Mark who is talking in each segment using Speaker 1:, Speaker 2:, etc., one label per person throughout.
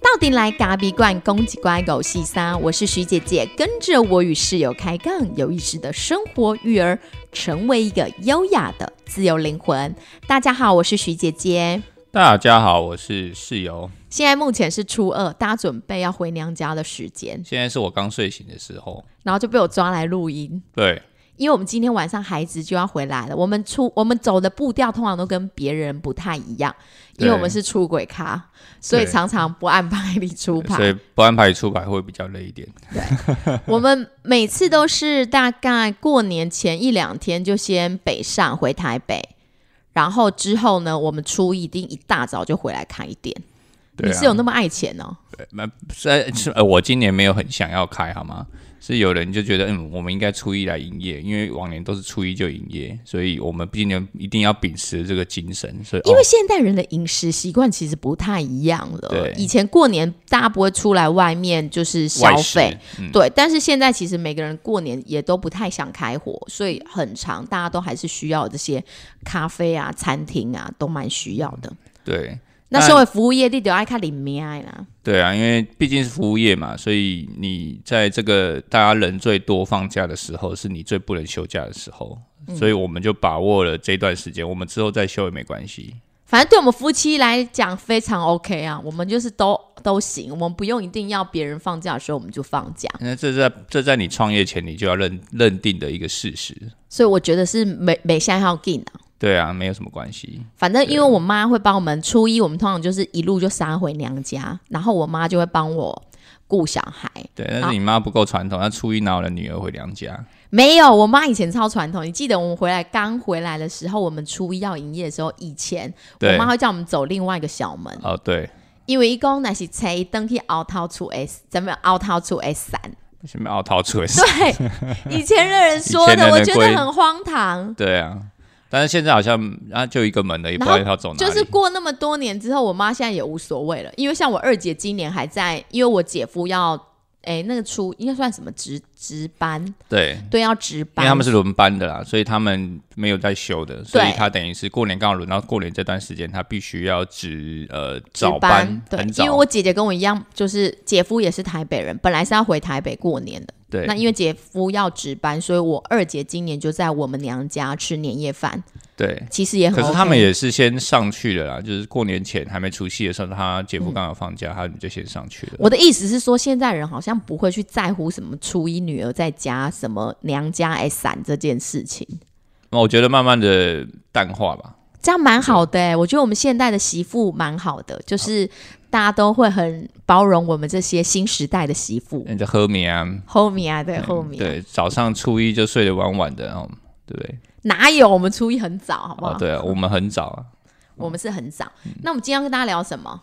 Speaker 1: 到底来咖比罐公鸡乖狗细沙，我是徐姐姐，跟着我与室友开杠，有意识的生活育儿，成为一个优雅的自由灵魂。大家好，我是徐姐姐。
Speaker 2: 大家好，我是室友。
Speaker 1: 现在目前是初二，大家准备要回娘家的时间，
Speaker 2: 现在是我刚睡醒的时候。
Speaker 1: 然后就被我抓来录音，
Speaker 2: 对，
Speaker 1: 因为我们今天晚上孩子就要回来了。我们出我们走的步调通常都跟别人不太一样，因为
Speaker 2: 对
Speaker 1: 我们是出轨咖，所以
Speaker 2: 对
Speaker 1: 常常不按牌理出牌。
Speaker 2: 所以不安排出牌会比较累一点。
Speaker 1: 我们每次都是大概过年前一两天就先北上回台北，然后之后呢，我们初一定一大早就回来开店。
Speaker 2: 对
Speaker 1: 你
Speaker 2: 啊
Speaker 1: 是有那么爱钱哦？
Speaker 2: 那是是呃，我今年没有很想要开，好吗？是有人就觉得，嗯，我们应该初一来营业，因为往年都是初一就营业，所以我们今年一定要秉持这个精神。所以，
Speaker 1: 因
Speaker 2: 哦
Speaker 1: 为现代人的饮食习惯其实不太一样了
Speaker 2: 对。
Speaker 1: 以前过年大家不会出来外面就是消
Speaker 2: 外食
Speaker 1: 费，
Speaker 2: 嗯
Speaker 1: 对，但是现在其实每个人过年也都不太想开火，所以很长大家都还是需要这些咖啡啊、餐厅啊，都蛮需要
Speaker 2: 嗯
Speaker 1: 的。
Speaker 2: 对
Speaker 1: 那
Speaker 2: 但
Speaker 1: 身为服务业，你就爱看里面的啦。
Speaker 2: 对啊，因为毕竟是服务业嘛，所以你在这个大家人最多放假的时候，是你最不能休假的时候，
Speaker 1: 嗯
Speaker 2: 所以我们就把握了这段时间，我们之后再休也没关系。
Speaker 1: 反正对我们夫妻来讲非常 OK 啊，我们就是都都行，我们不用一定要别人放假的时候我们就放假，
Speaker 2: 那这在这在你创业前，你就要认认定的一个事实。
Speaker 1: 所以我觉得是每每项要进啊。
Speaker 2: 对啊，没有什么关系。
Speaker 1: 反正因为我妈会帮我们初一，我们通常就是一路就杀回娘家，然后我妈就会帮我顾小孩。
Speaker 2: 对，但是你妈不够传统，她初一哪有人女儿回娘家？
Speaker 1: 没有，我妈以前超传统，你记得我们回来刚回来的时候，我们初一要营业的时候，以前我
Speaker 2: 对
Speaker 1: 妈会叫我们走另外一个小门，
Speaker 2: 哦，对，
Speaker 1: 因为一共那是才登去凹掏出 S，咱们凹掏出 S 三。
Speaker 2: 前面要哦逃出来。
Speaker 1: 对，以前的人说
Speaker 2: 以前
Speaker 1: 的，
Speaker 2: 的
Speaker 1: 我
Speaker 2: 那
Speaker 1: 觉
Speaker 2: 规
Speaker 1: 得很荒唐。
Speaker 2: 对啊，但是现在好像啊，就一个门了，也不知道
Speaker 1: 然
Speaker 2: 要走哪里。
Speaker 1: 就是过那么多年之后，我妈现在也无所谓了，因为像我二姐今年还在，因为我姐夫要，哎、那个出应该算什么值值班，
Speaker 2: 对，
Speaker 1: 对，要值
Speaker 2: 因
Speaker 1: 班，
Speaker 2: 为他们是轮班的啦，所以他们没有在休的，所以
Speaker 1: 对
Speaker 2: 他等于是过年刚好轮到过年这段时间，他必须要值呃
Speaker 1: 值
Speaker 2: 早
Speaker 1: 班，对
Speaker 2: 很，早。
Speaker 1: 因为我姐姐跟我一样，就是姐夫也是台北人，本来是要回台北过年的，
Speaker 2: 对
Speaker 1: 那因为姐夫要值班，所以我二姐今年就在我们娘家吃年夜饭，
Speaker 2: 对，
Speaker 1: 其实也很、
Speaker 2: 可是他们。也是先上去了啦，就是过年前还没除夕的时候，他姐夫刚好放假，他们就先上去了。
Speaker 1: 我的意思是说，现在人好像不会去在乎什么初一女儿在家、什么娘家哎散这件事情，
Speaker 2: 那我觉得慢慢的淡化吧。
Speaker 1: 这样蛮好的、欸。我觉得我们现代的媳妇蛮好的，就是大家都会很包容我们这些新时代的媳妇。
Speaker 2: 那就喝米啊，
Speaker 1: 后面啊，对，后面、
Speaker 2: 对，早上初一就睡得晚晚的，哦，对不对？
Speaker 1: 哪有我们初一很早，好不好？
Speaker 2: 哦，对嗯啊，我们很早啊，
Speaker 1: 我们是很早。那我们今天要跟大家聊什么？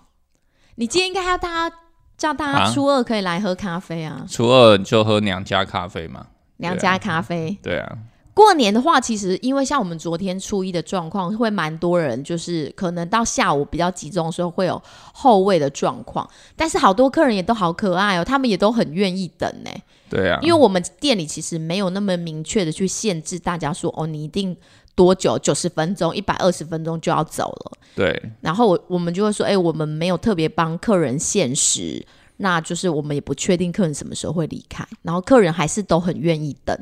Speaker 1: 你今天应该要大家叫大家
Speaker 2: 啊
Speaker 1: 初二可以来喝咖啡啊，
Speaker 2: 初二就喝娘家咖啡嘛。
Speaker 1: 娘家咖啡。
Speaker 2: 对啊，
Speaker 1: 过年的话，其实因为像我们昨天初一的状况，会蛮多人，就是可能到下午比较集中的时候会有后位的状况，但是好多客人也都好可爱哦，他们也都很愿意等呢、
Speaker 2: 对啊，
Speaker 1: 因为我们店里其实没有那么明确的去限制大家说，哦，你一定多久，九十分钟、一百二十分钟就要走了。
Speaker 2: 对
Speaker 1: 然后我我们就会说，哎、我们没有特别帮客人限时，那就是我们也不确定客人什么时候会离开，然后客人还是都很愿意等。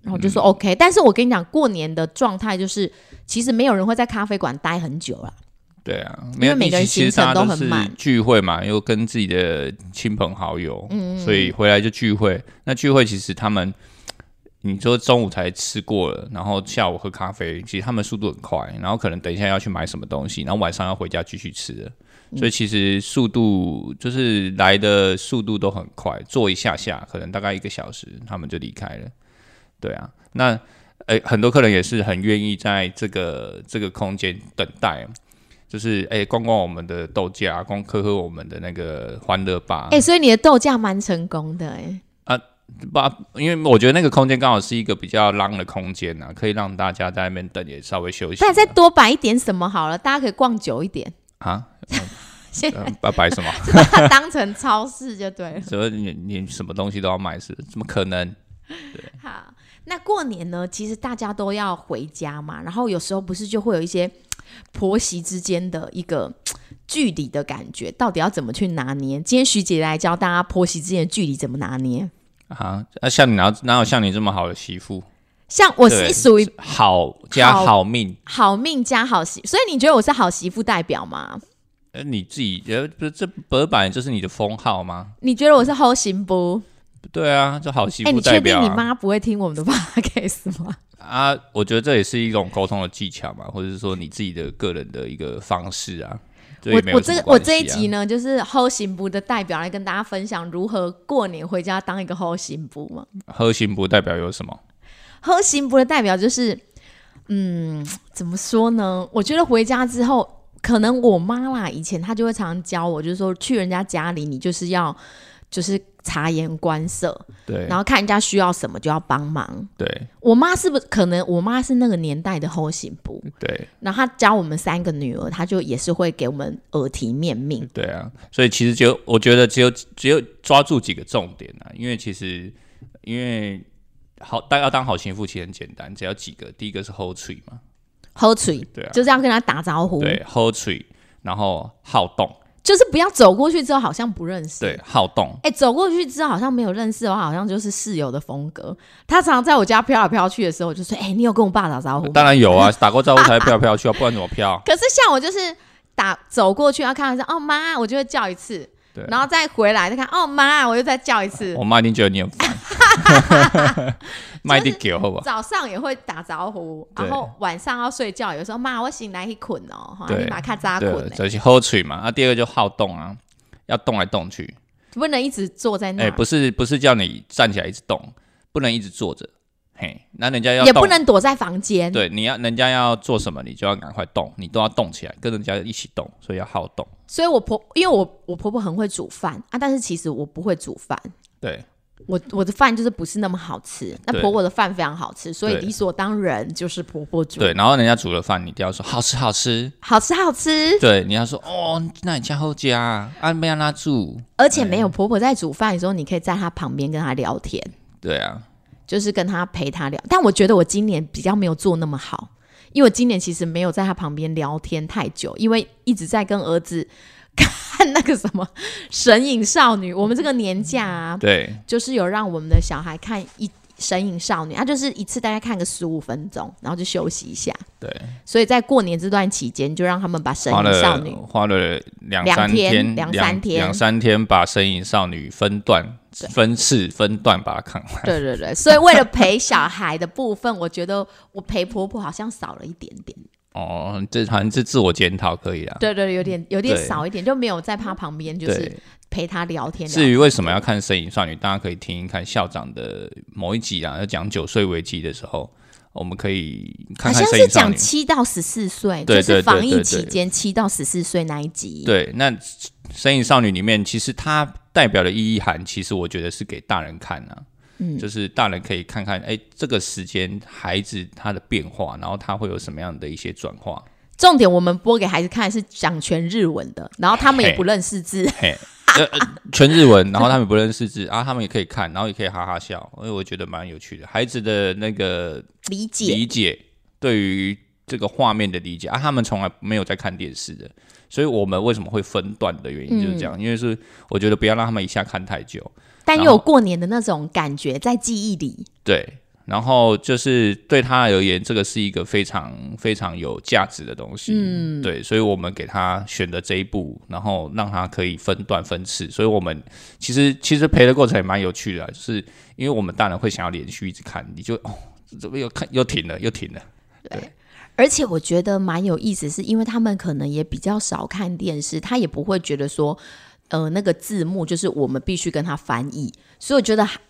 Speaker 1: 然后我就说 OK，、但是我跟你讲，过年的状态就是，其实没有人会在咖啡馆待很久了。
Speaker 2: 对啊，
Speaker 1: 因
Speaker 2: 没
Speaker 1: 为
Speaker 2: 有
Speaker 1: 每个人
Speaker 2: 你其
Speaker 1: 行
Speaker 2: 实
Speaker 1: 程
Speaker 2: 大家
Speaker 1: 都
Speaker 2: 都
Speaker 1: 很
Speaker 2: 是
Speaker 1: 满
Speaker 2: 聚会嘛，又跟自己的亲朋好友，
Speaker 1: 嗯
Speaker 2: 所以回来就聚会。那聚会其实他们，你说中午才吃过了，然后下午喝咖啡，其实他们速度很快，然后可能等一下要去买什么东西，然后晚上要回家继续吃了。
Speaker 1: 嗯
Speaker 2: 所以其实速度就是来的速度都很快，坐一下下可能大概一个小时，他们就离开了。对啊，那诶、很多客人也是很愿意在这个这个空间等待，啊就是诶、逛逛我们的豆架，逛喝喝我们的那个欢乐吧。
Speaker 1: 哎、所以你的豆价蛮成功的、哎，
Speaker 2: 吧，因为我觉得那个空间刚好是一个比较浪的空间啊，可以让大家在那边等，也稍微休息一下。
Speaker 1: 但再多摆一点什么好了，大家可以逛久一点，
Speaker 2: 啊，
Speaker 1: 先
Speaker 2: 呃拜拜什么？
Speaker 1: 把它当成超市就对了。
Speaker 2: 所以你你什么东西都要买是？怎么可能？
Speaker 1: 好，那过年呢，其实大家都要回家嘛，然后有时候不是就会有一些婆媳之间的一个距离的感觉，到底要怎么去拿捏？今天徐姐来教大家婆媳之间的距离怎么拿捏。
Speaker 2: 啊，啊，像你哪哪有像你这么好的媳妇？
Speaker 1: 像我
Speaker 2: 对
Speaker 1: 是属于
Speaker 2: 好加
Speaker 1: 好
Speaker 2: 好命，
Speaker 1: 好命加好媳，所以你觉得我是好媳妇代表吗？
Speaker 2: 呃，你自己呃，不是这白板这是你的封号吗？
Speaker 1: 你觉得我是好行不？
Speaker 2: 对啊，这好媳
Speaker 1: 哎、
Speaker 2: 妇
Speaker 1: 你
Speaker 2: 代
Speaker 1: 确定
Speaker 2: 表
Speaker 1: 你
Speaker 2: 啊
Speaker 1: 妈不会听我们的 podcast 吗？
Speaker 2: 啊，我觉得这也是一种沟通的技巧嘛，或者是说你自己的个人的一个方式啊。这也没
Speaker 1: 我
Speaker 2: 有
Speaker 1: 我
Speaker 2: 什么
Speaker 1: 这
Speaker 2: 关
Speaker 1: 我这一
Speaker 2: 系啊
Speaker 1: 集呢，就是后行部的代表来跟大家分享如何过年回家当一个后行部嘛。
Speaker 2: 喝行不代表有什么？
Speaker 1: 后行部的代表就是，嗯，怎么说呢？我觉得回家之后，可能我妈啦，以前她就会常常教我，就是说去人家家里，你就是要就是察言观色，
Speaker 2: 对
Speaker 1: 然后看人家需要什么就要帮忙。
Speaker 2: 对
Speaker 1: 我妈是不是可能我妈是那个年代的后行部？
Speaker 2: 对
Speaker 1: 然后她教我们三个女儿，她就也是会给我们耳提面命。
Speaker 2: 对啊！所以其实只有我觉得只有只有抓住几个重点啊，因为其实因为好，但要当好媳妇其实很简单，只要几个。第一个是 hold 嘴嘛，
Speaker 1: 喝水，
Speaker 2: 对啊
Speaker 1: 就是要跟他打招呼，
Speaker 2: 对 hold 嘴，然后好动，
Speaker 1: 就是不要走过去之后好像不认识。
Speaker 2: 对，好动，
Speaker 1: 哎、走过去之后好像没有认识的话，好像就是室友的风格。他常常在我家飘来飘去的时候，我就说：“哎、你有跟我爸打招呼吗
Speaker 2: 当然有啊，打过招呼才飘来飘去啊，不然怎么飘？”？
Speaker 1: 可是像我就是打走过去要看到说：“哦妈”，我就会叫一次，
Speaker 2: 对哦
Speaker 1: 然后再回来再看：“哦妈”，我又再叫一次。
Speaker 2: 我妈一定觉得你很烦， 卖地狗好吧？
Speaker 1: 早上也会打招呼，
Speaker 2: 对
Speaker 1: 然后晚上要睡觉，有时候妈，我醒来一困哦，哈，
Speaker 2: 对
Speaker 1: 你马看扎困
Speaker 2: 对，
Speaker 1: 欸，
Speaker 2: 这是喝水嘛。啊，第二个就好动啊，要动来动去。
Speaker 1: 不能一直坐在那，
Speaker 2: 哎，不是不是叫你站起来一直动，不能一直坐着。嘿，那人家要
Speaker 1: 也
Speaker 2: 动
Speaker 1: 不能躲在房间。
Speaker 2: 对，你要人家要做什么，你就要赶快动，你都要动起来，跟人家一起动，所以要好动。
Speaker 1: 所以我婆因为我我婆婆很会煮饭啊，但是其实我不会煮饭，
Speaker 2: 对
Speaker 1: 我我的饭就是不是那么好吃。那
Speaker 2: 对
Speaker 1: 婆婆的饭非常好吃，所以
Speaker 2: 对
Speaker 1: 理所当然就是婆婆煮，
Speaker 2: 对，然后人家煮了饭，你一定要说好吃好吃。
Speaker 1: 好吃好吃，
Speaker 2: 对，你要说哦，那你家后家啊，啊没让他住。
Speaker 1: 而且没有婆婆在煮饭的时候，你可以在她旁边跟她聊天，
Speaker 2: 对啊，
Speaker 1: 就是跟她陪她聊。但我觉得我今年比较没有做那么好，因为我今年其实没有在她旁边聊天太久，因为一直在跟儿子看那个什么《神隐少女》，我们这个年假啊，
Speaker 2: 对，
Speaker 1: 就是有让我们的小孩看一《神隐少女》，他就是一次大概看个十五分钟，然后就休息一下。
Speaker 2: 对，
Speaker 1: 所以在过年这段期间，就让他们把《神
Speaker 2: 花
Speaker 1: 隐
Speaker 2: 了
Speaker 1: 少女》
Speaker 2: 花了两
Speaker 1: 两
Speaker 2: 三
Speaker 1: 天
Speaker 2: 两
Speaker 1: 两三天
Speaker 2: 两三天把《身影少女》分段、
Speaker 1: 对
Speaker 2: 分次、分段把它看完。
Speaker 1: 对对对，所以为了陪小孩的部分，我觉得我陪婆婆好像少了一点 点，
Speaker 2: 哦，这好像是自我检讨可以啦。
Speaker 1: 对对对有点有点
Speaker 2: 嗯对
Speaker 1: 少一点，就没有在她旁边就是
Speaker 2: 对，
Speaker 1: 陪她聊天啊聊
Speaker 2: 至于为什么要看《身影少女》，大家可以听一看校长的某一集啊，要讲九岁危机的时候，我们可以看看
Speaker 1: 好
Speaker 2: 《
Speaker 1: 像
Speaker 2: 身影
Speaker 1: 是
Speaker 2: 少女
Speaker 1: 讲》。七到十四岁，
Speaker 2: 对
Speaker 1: 就
Speaker 2: 对对
Speaker 1: 是防疫
Speaker 2: 对对
Speaker 1: 期间七到十四岁那一集。
Speaker 2: 对，那《身影少女》里面其实它代表的意义含，其实我觉得是给大人看啊。
Speaker 1: 嗯
Speaker 2: 就是大人可以看看，哎、这个时间孩子他的变化，然后他会有什么样的一些转化。
Speaker 1: 重点我们播给孩子看是讲全日文的，然后他们也
Speaker 2: 嘿
Speaker 1: 不认识字，
Speaker 2: 嘿，呃，呃全日文，然后他们不认识字， 啊，他们也可以看，然后也可以哈哈笑，因为我觉得蛮有趣的。孩子的那个
Speaker 1: 理解
Speaker 2: 理解对于这个画面的理解啊，他们从来没有在看电视的，所以我们为什么会分段的原因
Speaker 1: 嗯
Speaker 2: 就是这样，因为是我觉得不要让他们一下看太久，
Speaker 1: 但又
Speaker 2: 然
Speaker 1: 有
Speaker 2: 后
Speaker 1: 过年的那种感觉在记忆里。
Speaker 2: 对。然后就是对他而言，这个是一个非常非常有价值的东西，嗯，对，所以我们给他选的这一步，然后让他可以分段分次，所以我们其实其实陪的过程也蛮有趣的啊、就是因为我们大人会想要连续一直看，你就哦，怎么又看又停了又停了，
Speaker 1: 而且我觉得蛮有意思，是因为他们可能也比较少看电视，他也不会觉得说，呃，那个字幕就是我们必须跟他翻译。所以我觉得还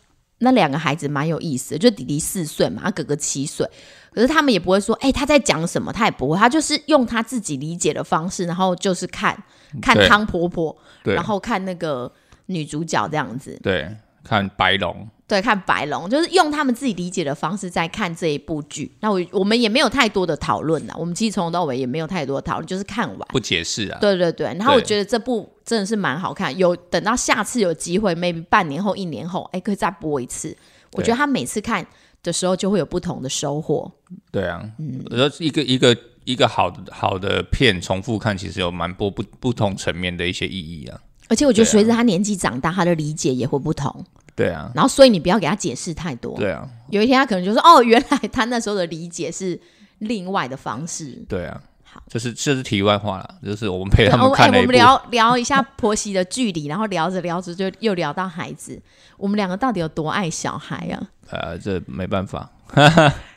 Speaker 1: 那两个孩子蛮有意思的，就弟弟四岁嘛，啊哥哥七岁，可是他们也不会说，哎、他在讲什么，他也不会，他就是用他自己理解的方式，然后就是看看
Speaker 2: 对
Speaker 1: 汤婆婆，
Speaker 2: 对
Speaker 1: 然后看那个女主角这样子。
Speaker 2: 对，看白龙，
Speaker 1: 对，看白龙就是用他们自己理解的方式在看这一部剧。那我我们也没有太多的讨论啦，我们其实从头到尾也没有太多的讨论，就是看完。
Speaker 2: 不解释啊，
Speaker 1: 对对对，然后我
Speaker 2: 对
Speaker 1: 觉得这部真的是蛮好看，有等到下次有机会，maybe 半年后、一年后，哎，可以再播一次。我觉得他每次看的时候就会有不同的收获。
Speaker 2: 对啊，我说一个一个一个好的好的片重复看，其实有蛮多不不同层面的一些意义啊。
Speaker 1: 而且我觉得
Speaker 2: 对啊
Speaker 1: 随着他年纪长大，他的理解也会不同。
Speaker 2: 对啊，
Speaker 1: 然后，所以你不要给他解释太多。
Speaker 2: 对啊，
Speaker 1: 有一天他可能就说：“哦，原来他那时候的理解是另外的方式。
Speaker 2: 对啊
Speaker 1: 好，
Speaker 2: 就是这是题外话了，就是我们陪他
Speaker 1: 我
Speaker 2: 们
Speaker 1: 哎
Speaker 2: 看
Speaker 1: 我
Speaker 2: 了
Speaker 1: 们
Speaker 2: 一部，
Speaker 1: 聊聊一下婆媳的距离，然后聊着聊着就又聊到孩子，我们两个到底有多爱小孩啊？
Speaker 2: 呃，这没办法，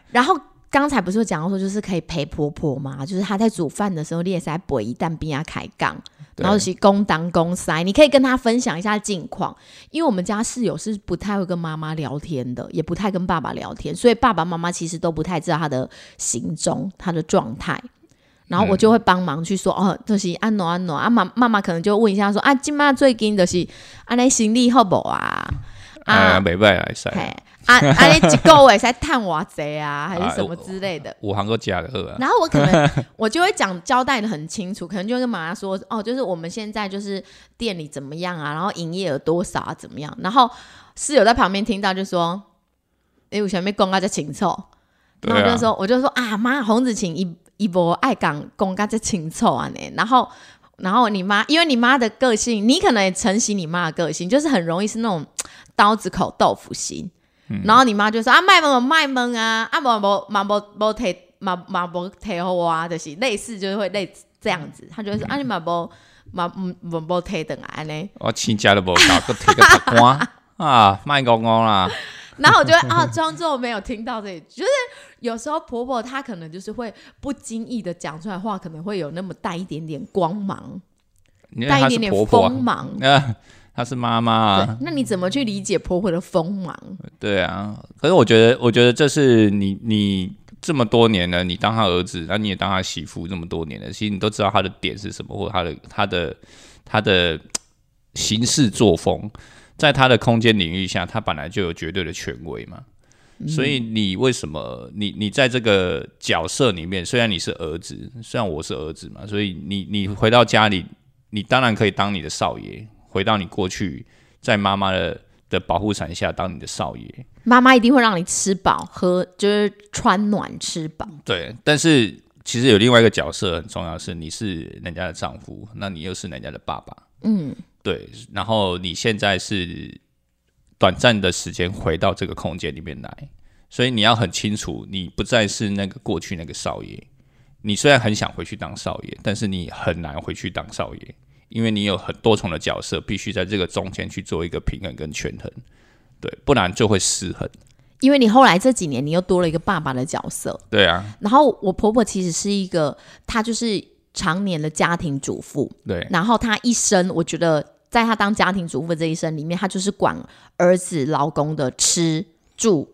Speaker 1: 然后刚才不是有讲到说，就是可以陪婆婆嘛，就是她在煮饭的时候，你也是在不一旦边啊开杠，
Speaker 2: 对
Speaker 1: 然后是公当公塞，你可以跟她分享一下近况，因为我们家室友是不太会跟妈妈聊天的，也不太跟爸爸聊天，所以爸爸妈妈其实都不太知道她的行踪、她的状态。然后我就会帮忙去说，哦，就是安诺安诺啊，妈妈妈可能就问一下说，啊，今妈最近就是安尼行李好不好啊？
Speaker 2: 啊，没办法来塞，
Speaker 1: 嘿，啊啊！你一个月在探我贼啊，还是什么之类的。
Speaker 2: 我韩国假的啊，
Speaker 1: 然后我可能我就会讲交代的很清楚，可能就会跟妈妈说，哦，就是我们现在就是店里怎么样啊，然后营业额多少啊，怎么样。然后室友在旁边听到就说，哎、我前面公告在清楚，
Speaker 2: 对
Speaker 1: 然后我
Speaker 2: 啊
Speaker 1: 就，说，我就说啊，妈，洪子晴一一波爱讲公告在清楚啊呢。然后然后你妈，因为你妈的个性，你可能也承袭你妈的个性，就是很容易是那种刀子口豆腐心。
Speaker 2: 嗯
Speaker 1: 然后你妈就说啊，卖萌卖萌啊，啊无无嘛无无提嘛嘛无提好我啊，就是类似就是会类似这样子，她就会说、啊你嘛无嘛唔无无提等啊来呢。
Speaker 2: 我请假都无搞，个提个塔 官啊，卖公公啦，
Speaker 1: 然后我就会啊装作没有听到这里，就是有时候婆婆她可能就是会不经意的讲出来的话，可能会有那么带一点点光芒，
Speaker 2: 因为
Speaker 1: 带一
Speaker 2: 她是
Speaker 1: 点点
Speaker 2: 婆婆啊
Speaker 1: 锋，芒。
Speaker 2: 啊， 她是妈妈啊，
Speaker 1: 对，那你怎么去理解婆婆的锋芒？
Speaker 2: 对啊，可是我觉得，我觉得这是你你这么多年了，你当他儿子，那你也当他媳妇这么多年了，其实你都知道他的点是什么，或者他的他的他的嘖行事作风，在他的空间领域下，他本来就有绝对的权威嘛。所以你为什么你你在这个角色里面，虽然你是儿子，虽然我是儿子嘛，所以你你回到家里，你当然可以当你的少爷，回到你过去在妈妈的的保护伞下当你的少爷，
Speaker 1: 妈妈一定会让你吃饱喝，就是穿暖吃饱。
Speaker 2: 对，但是其实有另外一个角色很重要，是你是人家的丈夫，那你又是人家的爸爸，
Speaker 1: 嗯，
Speaker 2: 对，然后你现在是短暂的时间回到这个空间里面来，所以你要很清楚，你不再是那个过去那个少爷。你虽然很想回去当少爷，但是你很难回去当少爷，因为你有很多重的角色，必须在这个中间去做一个平衡跟权衡，对，不然就会失衡。
Speaker 1: 因为你后来这几年你又多了一个爸爸的角色，
Speaker 2: 对啊，
Speaker 1: 然后我婆婆其实是一个，她就是常年的家庭主妇，
Speaker 2: 对，
Speaker 1: 然后她一生，我觉得在她当家庭主妇这一生里面，她就是管儿子、老公的吃住，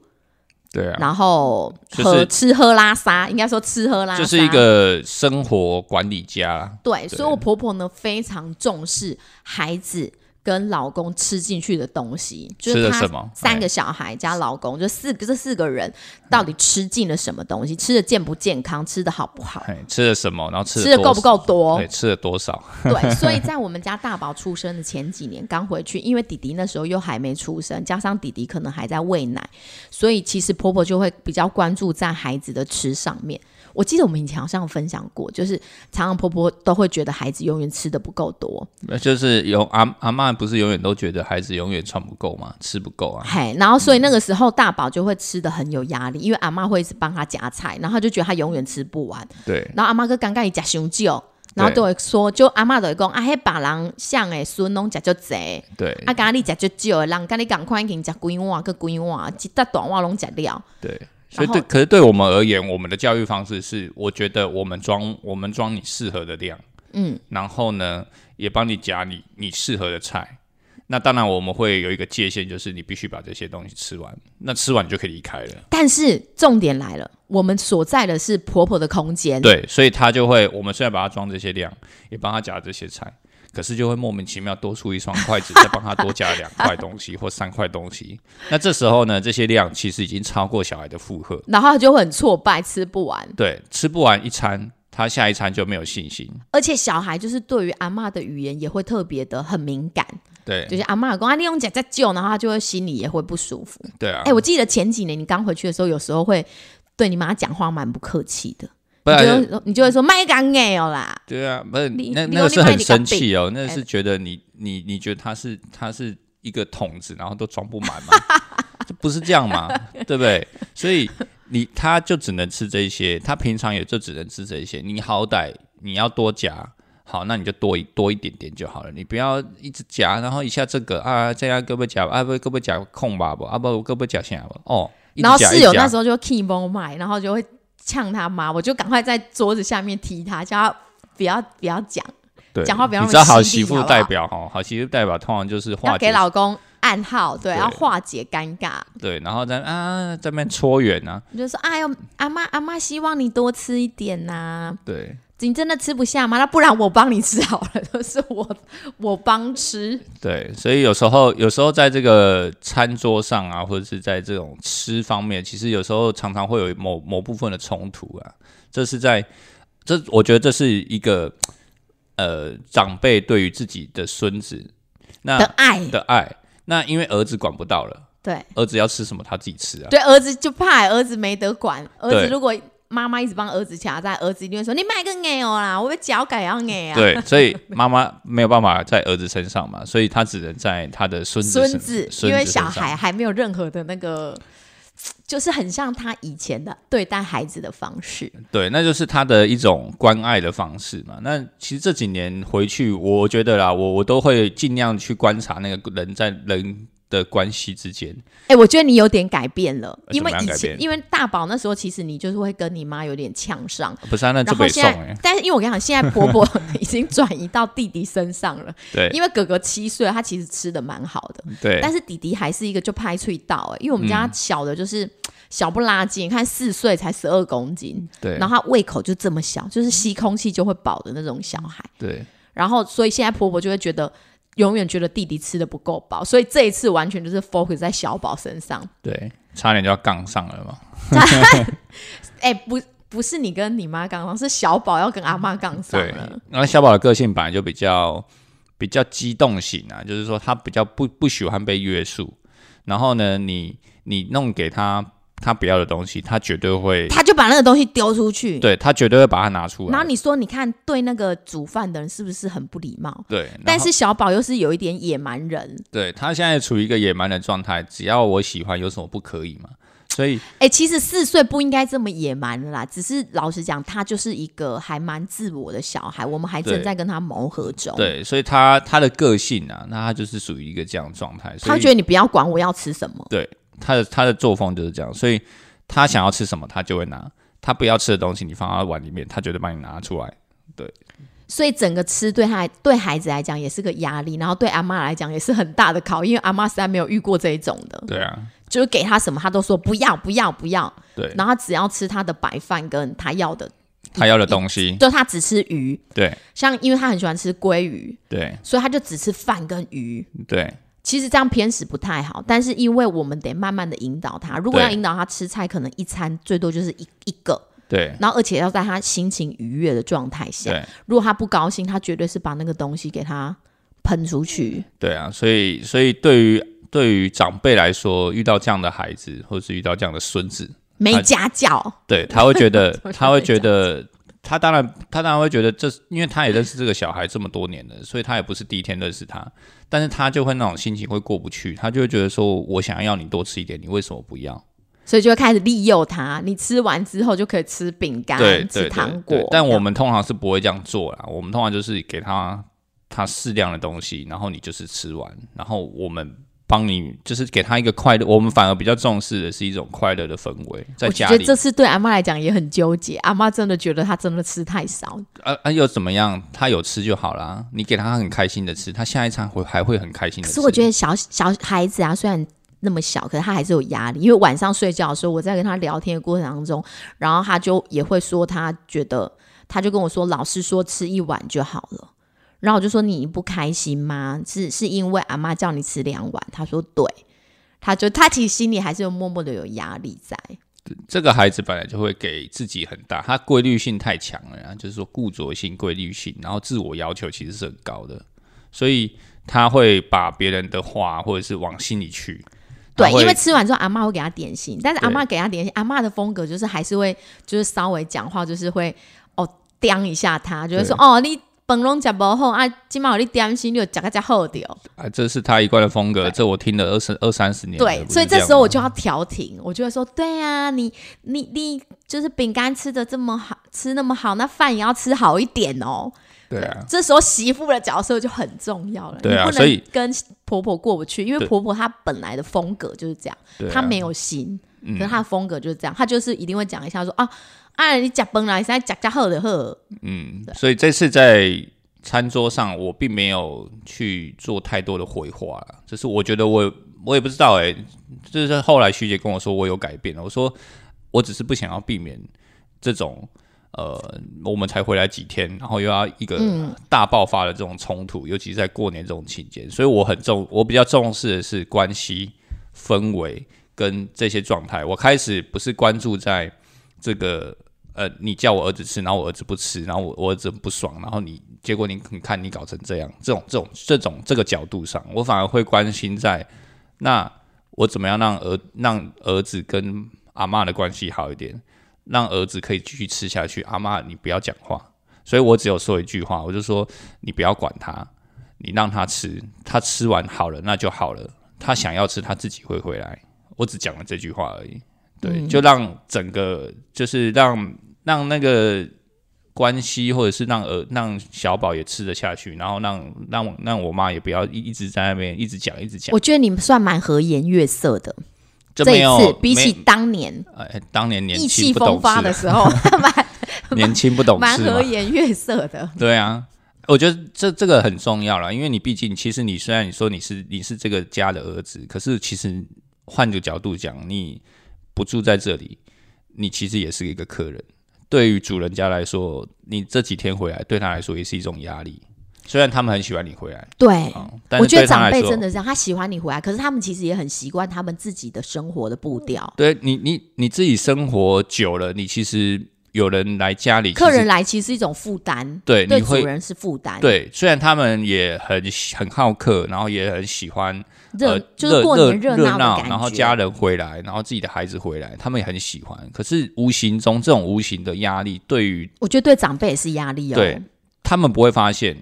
Speaker 2: 对啊，
Speaker 1: 然后
Speaker 2: 就是
Speaker 1: 喝、吃喝拉撒，应该说吃喝拉撒，
Speaker 2: 就是一个生活管理家啦。
Speaker 1: 对。所以我婆婆呢非常重视孩子。跟老公吃进去的东西，就
Speaker 2: 吃
Speaker 1: 是
Speaker 2: 了
Speaker 1: 她
Speaker 2: 什么哎
Speaker 1: 三个小孩加老公，就四个这四个人到底吃进了什么东西？吃的健不健康？吃的好不好？
Speaker 2: 哎，吃了什么，然后吃
Speaker 1: 吃的
Speaker 2: 多
Speaker 1: 够不够多？
Speaker 2: 对，吃了多少？
Speaker 1: 对，所以在我们家大宝出生的前几年刚回去，因为弟弟那时候又还没出生，加上弟弟可能还在喂奶，所以其实婆婆就会比较关注在孩子的吃上面。我记得我们以前好像有分享过，就是常常婆婆都会觉得孩子永远吃的不够多，
Speaker 2: 那就是有阿阿嬷不是永远都觉得孩子永远穿不够吗？吃不够啊？
Speaker 1: 嘿，然后所以那个时候大宝就会吃的很有压力，因为阿妈会一直帮他夹菜，然后他就觉得他永远吃不完，
Speaker 2: 对
Speaker 1: 然后阿妈个尴尬伊食伤少，然后就会说，就阿妈就会讲，啊，迄别人像诶孙拢食足济。
Speaker 2: 对
Speaker 1: 啊，咖喱食足少的，人咖喱赶快已经食几碗，个几碗，一大段碗拢食了。
Speaker 2: 对，所
Speaker 1: 然
Speaker 2: 以
Speaker 1: 后
Speaker 2: 对，可是对我们而言，我们的教育方式是，我觉得我们装我们装你适合的量，
Speaker 1: 嗯，
Speaker 2: 然后呢，也帮你夹你你适合的菜。那当然，我们会有一个界限，就是你必须把这些东西吃完。那吃完你就可以离开了。
Speaker 1: 但是重点来了，我们所在的是婆婆的空间，
Speaker 2: 对，所以他就会，我们虽然把它装这些量，也帮他夹这些菜，可是就会莫名其妙多出一双筷子，再帮他多夹两块东西或三块东西。那这时候呢，这些量其实已经超过小孩的负荷，
Speaker 1: 然后她就会很挫败，吃不完。
Speaker 2: 对，吃不完一餐，他下一餐就没有信心。
Speaker 1: 而且小孩就是对于阿嬷的语言也会特别的很敏感，
Speaker 2: 对
Speaker 1: 就是阿嬷讲啊，你用假在救，然后他就会心里也会不舒服。
Speaker 2: 对啊
Speaker 1: 哎、，我记得前几年你刚回去的时候，有时候会对你妈讲话蛮不客气的，
Speaker 2: 不
Speaker 1: 你就
Speaker 2: 然
Speaker 1: 会说你就会说麦敢哎哦啦，
Speaker 2: 对啊，不是
Speaker 1: 你
Speaker 2: 那
Speaker 1: 你
Speaker 2: 那
Speaker 1: 有另
Speaker 2: 个是
Speaker 1: 外
Speaker 2: 很
Speaker 1: 一个
Speaker 2: 生
Speaker 1: 病
Speaker 2: 气哦，那个
Speaker 1: 哎
Speaker 2: 是觉得你你你觉得他是他是一个桶子，然后都装不 满嘛，这不是这样嘛，对不对？所以你他就只能吃这一些，他平常也就只能吃这一些，你好歹你要多夹。好，那你就多一多一点点就好了，你不要一直夹，然后一下这个啊，这样胳膊夹啊不胳膊夹空吧不啊不胳膊夹下吧哦，一直
Speaker 1: 然后
Speaker 2: 夹
Speaker 1: 室友
Speaker 2: 一直夹
Speaker 1: 那时候就 keep on 麦，然后就会呛他妈，我就赶快在桌子下面踢他，叫他不要不要讲，
Speaker 2: 对
Speaker 1: 讲话不要那
Speaker 2: 你
Speaker 1: 么
Speaker 2: 知道好
Speaker 1: 犀利
Speaker 2: 媳妇
Speaker 1: 好不好
Speaker 2: 代表哈，好媳妇代表通常就是化
Speaker 1: 要
Speaker 2: 解
Speaker 1: 给老公暗号，对，
Speaker 2: 对
Speaker 1: 要化解尴尬。
Speaker 2: 对，然后在啊在那边搓圆啊，
Speaker 1: 你就说哎呦，阿妈阿妈希望你多吃一点呐、
Speaker 2: 对
Speaker 1: 你真的吃不下吗？那不然我帮你吃好了，都是我 我帮吃。
Speaker 2: 对，所以有时候有时候在这个餐桌上啊，或者是在这种吃方面，其实有时候常常会有某某部分的冲突啊，这是在这我觉得这是一个呃长辈对于自己的孙子那
Speaker 1: 的爱，
Speaker 2: 的爱，那因为儿子管不到了，
Speaker 1: 对
Speaker 2: 儿子要吃什么他自己吃啊，
Speaker 1: 对，儿子就怕、儿子没得管，儿子
Speaker 2: 对
Speaker 1: 如果妈妈一直帮儿子卡在，儿子一定会说你买个眼哦啦，我被脚改要眼啊。
Speaker 2: 对，所以妈妈没有办法在儿子身上嘛，所以他只能在他的孙子
Speaker 1: 孙
Speaker 2: 身
Speaker 1: 子，
Speaker 2: 孙
Speaker 1: 因为
Speaker 2: 身
Speaker 1: 小
Speaker 2: 上
Speaker 1: 孩还没有任何的那个，就是很像他以前的对待孩子的方式。
Speaker 2: 对，那就是他的一种关爱的方式嘛。那其实这几年回去，我觉得啦，我我都会尽量去观察那个人在人的关系之间。
Speaker 1: 哎、我觉得你有点改变了，
Speaker 2: 呃
Speaker 1: 因为
Speaker 2: 怎么样
Speaker 1: 以
Speaker 2: 改
Speaker 1: 前
Speaker 2: 变
Speaker 1: 因为大宝那时候，其实你就是会跟你妈有点呛上。
Speaker 2: 不是、啊，那这
Speaker 1: 然后
Speaker 2: 北宋
Speaker 1: 现在
Speaker 2: 哎，，
Speaker 1: 但是因为我跟你讲，现在婆婆 已经转移到弟弟身上了，
Speaker 2: 对
Speaker 1: 因为哥哥七岁，他其实吃的蛮好的，
Speaker 2: 对嗯
Speaker 1: 但是弟弟还是一个就拍脆到哎、因为我们家小的就是、小不拉几，你看四岁才十二公斤，
Speaker 2: 对
Speaker 1: 然后他胃口就这么小，就是吸空气就会饱的那种小孩。
Speaker 2: 对，
Speaker 1: 然后所以现在婆婆就会觉得，永远觉得弟弟吃的不够饱，所以这一次完全就是 focus 在小宝身上。
Speaker 2: 对，差点就要杠上了嘛。
Speaker 1: 哎、不不是你跟你妈杠上，是小宝要跟阿妈杠上
Speaker 2: 对
Speaker 1: 了。，
Speaker 2: 那小宝的个性本来就比较比较激动型啊，就是说他比较不不喜欢被约束。然后呢，你你弄给他他不要的东西，他绝对会，
Speaker 1: 他就把那个东西丢出去，
Speaker 2: 对他绝对会把它拿出
Speaker 1: 然
Speaker 2: 来
Speaker 1: 后。你说，你看对那个煮饭的人是不是很不礼貌？
Speaker 2: 对，然
Speaker 1: 但
Speaker 2: 后
Speaker 1: 是小宝又是有一点野蛮人，
Speaker 2: 对他现在处于一个野蛮的状态，只要我喜欢，有什么不可以嘛？所以
Speaker 1: 哎、其实四岁不应该这么野蛮了啦，只是老实讲，他就是一个还蛮自我的小孩，我们还正
Speaker 2: 对
Speaker 1: 在跟他磨合中。，
Speaker 2: 对，所以他他的个性啊，那他就是属于一个这样的状态，所
Speaker 1: 他
Speaker 2: 以
Speaker 1: 觉得你不要管我要吃什么，
Speaker 2: 对他的他的作风就是这样，所以他想要吃什么，他就会拿；他不要吃的东西，你放到碗里面，他绝对帮你拿出来。
Speaker 1: 所以整个吃对他对孩子来讲也是个压力，然后对阿妈来讲也是很大的考验，因为阿妈实在没有遇过这一种的，
Speaker 2: 对啊，
Speaker 1: 就是给他什么他都说不要不要不要，
Speaker 2: 对，
Speaker 1: 然后他只要吃他的白饭跟他要的，
Speaker 2: 他要的东西，
Speaker 1: 就他只吃鱼，
Speaker 2: 对
Speaker 1: 像因为他很喜欢吃鲑鱼，
Speaker 2: 对
Speaker 1: 所以他就只吃饭跟鱼。
Speaker 2: 对
Speaker 1: 其实这样偏食不太好，但是因为我们得慢慢的引导他。如果
Speaker 2: 对
Speaker 1: 要引导他吃菜，可能一餐最多就是一一个，
Speaker 2: 对
Speaker 1: 然后而且要在他心情愉悦的状态下。
Speaker 2: 对
Speaker 1: 如果他不高兴，他绝对是把那个东西给他喷出去。
Speaker 2: 对啊，所以所以对于对于长辈来说，遇到这样的孩子，或是遇到这样的孙子，
Speaker 1: 没家教，
Speaker 2: 对，他会觉 得
Speaker 1: 怎么，
Speaker 2: 他会觉
Speaker 1: 会这
Speaker 2: 得，他当然，他当然会觉得这，因为他也认识这个小孩这么多年了，所以他也不是第一天认识他，但是他就会那种心情会过不去，他就会觉得说，我想要你多吃一点，你为什么不要？
Speaker 1: 所以就会开始利诱他。你吃完之后就可以吃饼干
Speaker 2: 对、
Speaker 1: 吃
Speaker 2: 对
Speaker 1: 糖
Speaker 2: 对
Speaker 1: 果
Speaker 2: 对。。但我们通常是不会这样做啦，我们通常就是给他他适量的东西，然后你就是吃完，然后我们。帮你就是给他一个快乐，我们反而比较重视的是一种快乐的氛围，在
Speaker 1: 我
Speaker 2: 家
Speaker 1: 觉得
Speaker 2: 里。
Speaker 1: 这次对阿妈来讲也很纠结，阿妈真的觉得他真的吃太少，
Speaker 2: 啊啊，又怎么样？他有吃就好啦。你给他很开心的吃，他下一餐会还会很开心的
Speaker 1: 可
Speaker 2: 吃。
Speaker 1: 是我觉得小小孩子啊，虽然那么小，可是他还是有压力。因为晚上睡觉的时候，我在跟他聊天的过程当中，然后他就也会说，他觉得他就跟我说，老师说吃一碗就好了。然后我就说你不开心吗？是是因为阿妈叫你吃两碗？他说对，他就他其实心里还是有默默的有压力在。
Speaker 2: 这个孩子本来就会给自己很大，他规律性太强了啊，就是说固着性、规律性，然后自我要求其实是很高的，所以他会把别人的话或者是往心里去。
Speaker 1: 对
Speaker 2: 他，会
Speaker 1: 因为吃完之后阿嬷会给他点心，但是
Speaker 2: 对
Speaker 1: 阿嬷给他点心，阿嬷的风格就是还是会就是稍微讲话就是会哦刁一下他，就会说哦你本拢食无好啊，今晚有你点心你就食个加好掉。
Speaker 2: 啊，这是他一贯的风格，这我听了二十二三十年了。
Speaker 1: 对
Speaker 2: 不，是
Speaker 1: 所以
Speaker 2: 这
Speaker 1: 这
Speaker 2: 样
Speaker 1: 时候
Speaker 2: 吗
Speaker 1: 我就要调停，我就会说对啊，你你你就是饼干吃的这么好，吃那么好，那饭也要吃好一点哦。
Speaker 2: 对啊，
Speaker 1: 这时候媳妇的角色就很重要了，
Speaker 2: 对啊
Speaker 1: 你不
Speaker 2: 所以
Speaker 1: 能跟婆婆过不去，因为
Speaker 2: 对
Speaker 1: 婆婆她本来的风格就是这样，
Speaker 2: 对啊
Speaker 1: 她没有心，可
Speaker 2: 嗯
Speaker 1: 是她的风格就是这样，她就是一定会讲一下说啊，啊你假崩来，现在假假喝的喝，
Speaker 2: 嗯，所以这次在餐桌上，我并没有去做太多的回话了。就是我觉得我我也不知道哎、就是后来徐姐跟我说我有改变了，我说我只是不想要避免这种呃，我们才回来几天，然后又要一个大爆发的这种冲突，尤其是在过年这种期间，所以我很重，我比较重视的是关系氛围跟这些状态。我开始不是关注在这个呃，你叫我儿子吃，然后我儿子不吃，然后我我儿子很不爽，然后你结果你你看你搞成这样，这种这种这种这个角度上，我反而会关心在那我怎么样让儿让儿子跟阿嬷的关系好一点，让儿子可以继续吃下去，阿嬷你不要讲话。所以我只有说一句话，我就说你不要管他，你让他吃，他吃完好了那就好了，他想要吃他自己会回来。我只讲了这句话而已，对，就让整个就是让让那个关系，或者是让呃让小宝也吃得下去，然后让让让我妈也不要一一直在那边一直讲一直讲，
Speaker 1: 我觉得你们算蛮和颜悦色的，
Speaker 2: 这
Speaker 1: 这
Speaker 2: 没
Speaker 1: 一
Speaker 2: 有
Speaker 1: 次比起
Speaker 2: 没
Speaker 1: 当年
Speaker 2: 哎当年年
Speaker 1: 意
Speaker 2: 轻
Speaker 1: 气
Speaker 2: 不懂
Speaker 1: 风发的
Speaker 2: 事，啊
Speaker 1: 时候，蛮
Speaker 2: 年轻不懂
Speaker 1: 蛮
Speaker 2: 事嘛
Speaker 1: 和，颜悦色的，
Speaker 2: 对啊，我觉得这这个很重要了，因为你毕竟其实你虽然你说你是你是这个家的儿子，可是其实换个角度讲，你不住在这里，你其实也是一个客人。对于主人家来说，你这几天回来对他来说也是一种压力。虽然他们很喜欢你回来，
Speaker 1: 对。
Speaker 2: 啊、
Speaker 1: 嗯
Speaker 2: 但
Speaker 1: 我
Speaker 2: 是
Speaker 1: 觉得
Speaker 2: 对他
Speaker 1: 长
Speaker 2: 来
Speaker 1: 辈
Speaker 2: 说
Speaker 1: 真，的是这样，他喜欢你回来，可是他们其实也很习惯他们自己的生活的步调。
Speaker 2: 对你你你自己生活久了，你其实有人来家里，
Speaker 1: 客
Speaker 2: 其实
Speaker 1: 人来其实是一种负担，
Speaker 2: 对
Speaker 1: 对
Speaker 2: 你
Speaker 1: 主
Speaker 2: 会
Speaker 1: 人是负担。
Speaker 2: 对，虽然他们也很喜很好客，然后也很喜欢
Speaker 1: 热、
Speaker 2: 呃
Speaker 1: 就是过年
Speaker 2: 热
Speaker 1: 闹的
Speaker 2: 闹
Speaker 1: 感觉，
Speaker 2: 然后家人回来，然后自己的孩子回来，他们也很喜欢。可是无形中这种无形的压力，对于
Speaker 1: 我觉得对长辈也是压力哦。
Speaker 2: 对他们不会发现，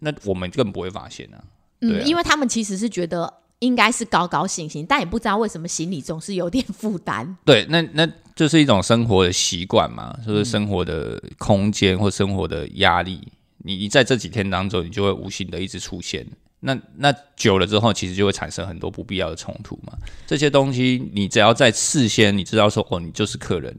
Speaker 2: 那我们更不会发现啊。对啊
Speaker 1: 嗯，因为他们其实是觉得应该是高高兴兴，但也不知道为什么心里总是有点负担。
Speaker 2: 对，那那就是一种生活的习惯嘛，就是生活的空间或生活的压力。你你在这几天当中，你就会无形的一直出现。那那久了之后，其实就会产生很多不必要的冲突嘛。这些东西，你只要在事先你知道说，哦，你就是客人，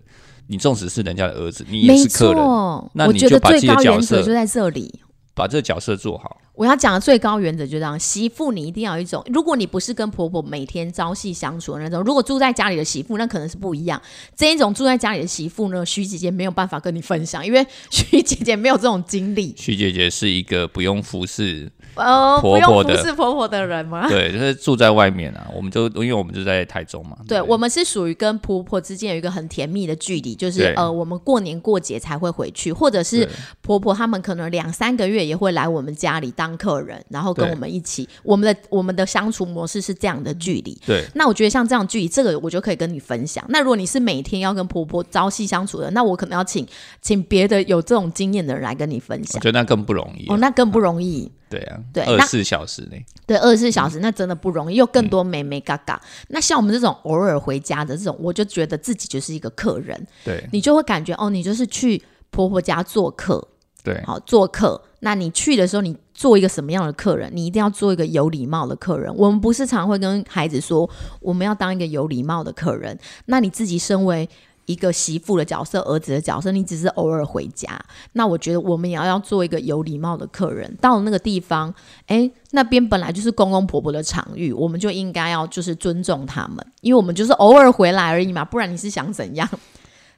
Speaker 2: 你纵使是人家的儿子， 你也
Speaker 1: 没
Speaker 2: 是客人，
Speaker 1: 错，
Speaker 2: 那
Speaker 1: 我
Speaker 2: 你
Speaker 1: 觉
Speaker 2: 就
Speaker 1: 得
Speaker 2: 把
Speaker 1: 最
Speaker 2: 自己的
Speaker 1: 高
Speaker 2: 角
Speaker 1: 原则
Speaker 2: 色
Speaker 1: 就在这里。
Speaker 2: 把这个角色做好。
Speaker 1: 我要讲的最高原则就这样：媳妇你一定要有一种，如果你不是跟婆婆每天朝夕相处的那种，如果住在家里的媳妇，那可能是不一样。这一种住在家里的媳妇呢，徐姐姐没有办法跟你分享，因为 徐姐姐没有这种经历。
Speaker 2: 徐姐姐是一个不用服侍，
Speaker 1: 呃，
Speaker 2: 婆
Speaker 1: 不
Speaker 2: 婆
Speaker 1: 用
Speaker 2: 的
Speaker 1: 服侍婆婆的人吗？
Speaker 2: 对，就是住在外面啊。我们就因为我们就在台中嘛，
Speaker 1: 对我们是属于跟婆婆之间有一个很甜蜜的距离，就是
Speaker 2: 对
Speaker 1: 呃，我们过年过节才会回去，或者是
Speaker 2: 对
Speaker 1: 婆婆他们可能两三个月也会来我们家里当客人，然后跟
Speaker 2: 对
Speaker 1: 我们一起，我们的我们的相处模式是这样的距离。
Speaker 2: 对
Speaker 1: 那我觉得像这样距离，这个我就可以跟你分享。那如果你是每天要跟婆婆朝夕相处的，那我可能要请请别的有这种经验的人来跟你分
Speaker 2: 我
Speaker 1: 享。
Speaker 2: 觉得那更不容易啊、
Speaker 1: 哦，那更不容易。
Speaker 2: 对啊，
Speaker 1: 对
Speaker 2: 二
Speaker 1: 那
Speaker 2: 十四小时内。
Speaker 1: 对，二十四小时那真的不容易，又更多妹妹嘎嘎。那像我们这种偶尔回家的这种，我就觉得自己就是一个客人，
Speaker 2: 对
Speaker 1: 你就会感觉哦，你就是去婆婆家做客，
Speaker 2: 对
Speaker 1: 好做客。那你去的时候，你做一个什么样的客人？你一定要做一个有礼貌的客人。我们不是常会跟孩子说，我们要当一个有礼貌的客人。那你自己身为一个媳妇的角色、儿子的角色，你只是偶尔回家，那我觉得我们也要要做一个有礼貌的客人。到了那个地方，诶，那边本来就是公公婆婆的场域，我们就应该要就是尊重他们，因为我们就是偶尔回来而已嘛，不然你是想怎样？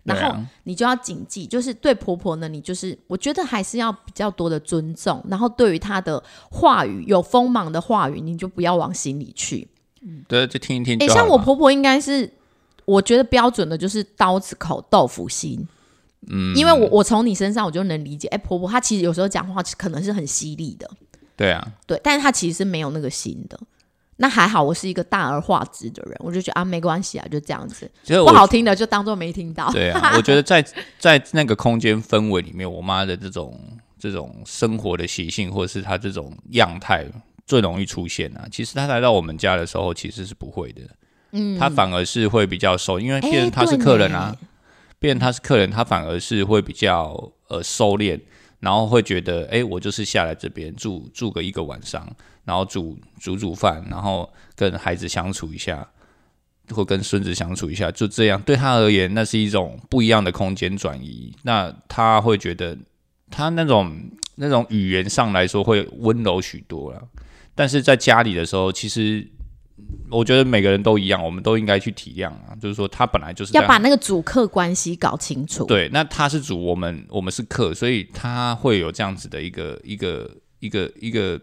Speaker 2: 对
Speaker 1: 然后
Speaker 2: 啊，
Speaker 1: 你就要谨记，就是对婆婆呢，你就是我觉得还是要比较多的尊重，然后对于她的话语有锋芒的话语，你就不要往心里去。
Speaker 2: 对，就听一听
Speaker 1: 诶，
Speaker 2: 就好了。
Speaker 1: 像我婆婆应该是。我觉得标准的就是刀子口豆腐心。嗯，因为我我从你身上我就能理解，哎、婆婆她其实有时候讲话可能是很犀利的，
Speaker 2: 对啊，
Speaker 1: 对，但是她其实是没有那个心的。那还好，我是一个大而化之的人，我就觉得啊，没关系啊，就这样子，
Speaker 2: 其实
Speaker 1: 不
Speaker 2: 我
Speaker 1: 好听的就当做没听到。
Speaker 2: 对啊，我觉得在在那个空间氛围里面，我妈的这种这种生活的习性，或者是她这种样态，最容易出现啊。其实她来到我们家的时候，其实是不会的，嗯，她反而是会比较收，因为
Speaker 1: 哎
Speaker 2: 变成她是
Speaker 1: 对
Speaker 2: 客人啊
Speaker 1: 呢，
Speaker 2: 变成她是客人，她反而是会比较呃收敛，然后会觉得，哎、我就是下来这边住住个一个晚上，然后煮煮煮饭，然后跟孩子相处一下，或跟孙子相处一下，就这样。对他而言，那是一种不一样的空间转移。那他会觉得，他那种那种语言上来说会温柔许多了。但是在家里的时候，其实我觉得每个人都一样，我们都应该去体谅啊。就是说，他本来就是
Speaker 1: 要
Speaker 2: 在
Speaker 1: 把那个主客关系搞清楚。
Speaker 2: 对，那他是主，我们我们是客，所以他会有这样子的一个一个一个一个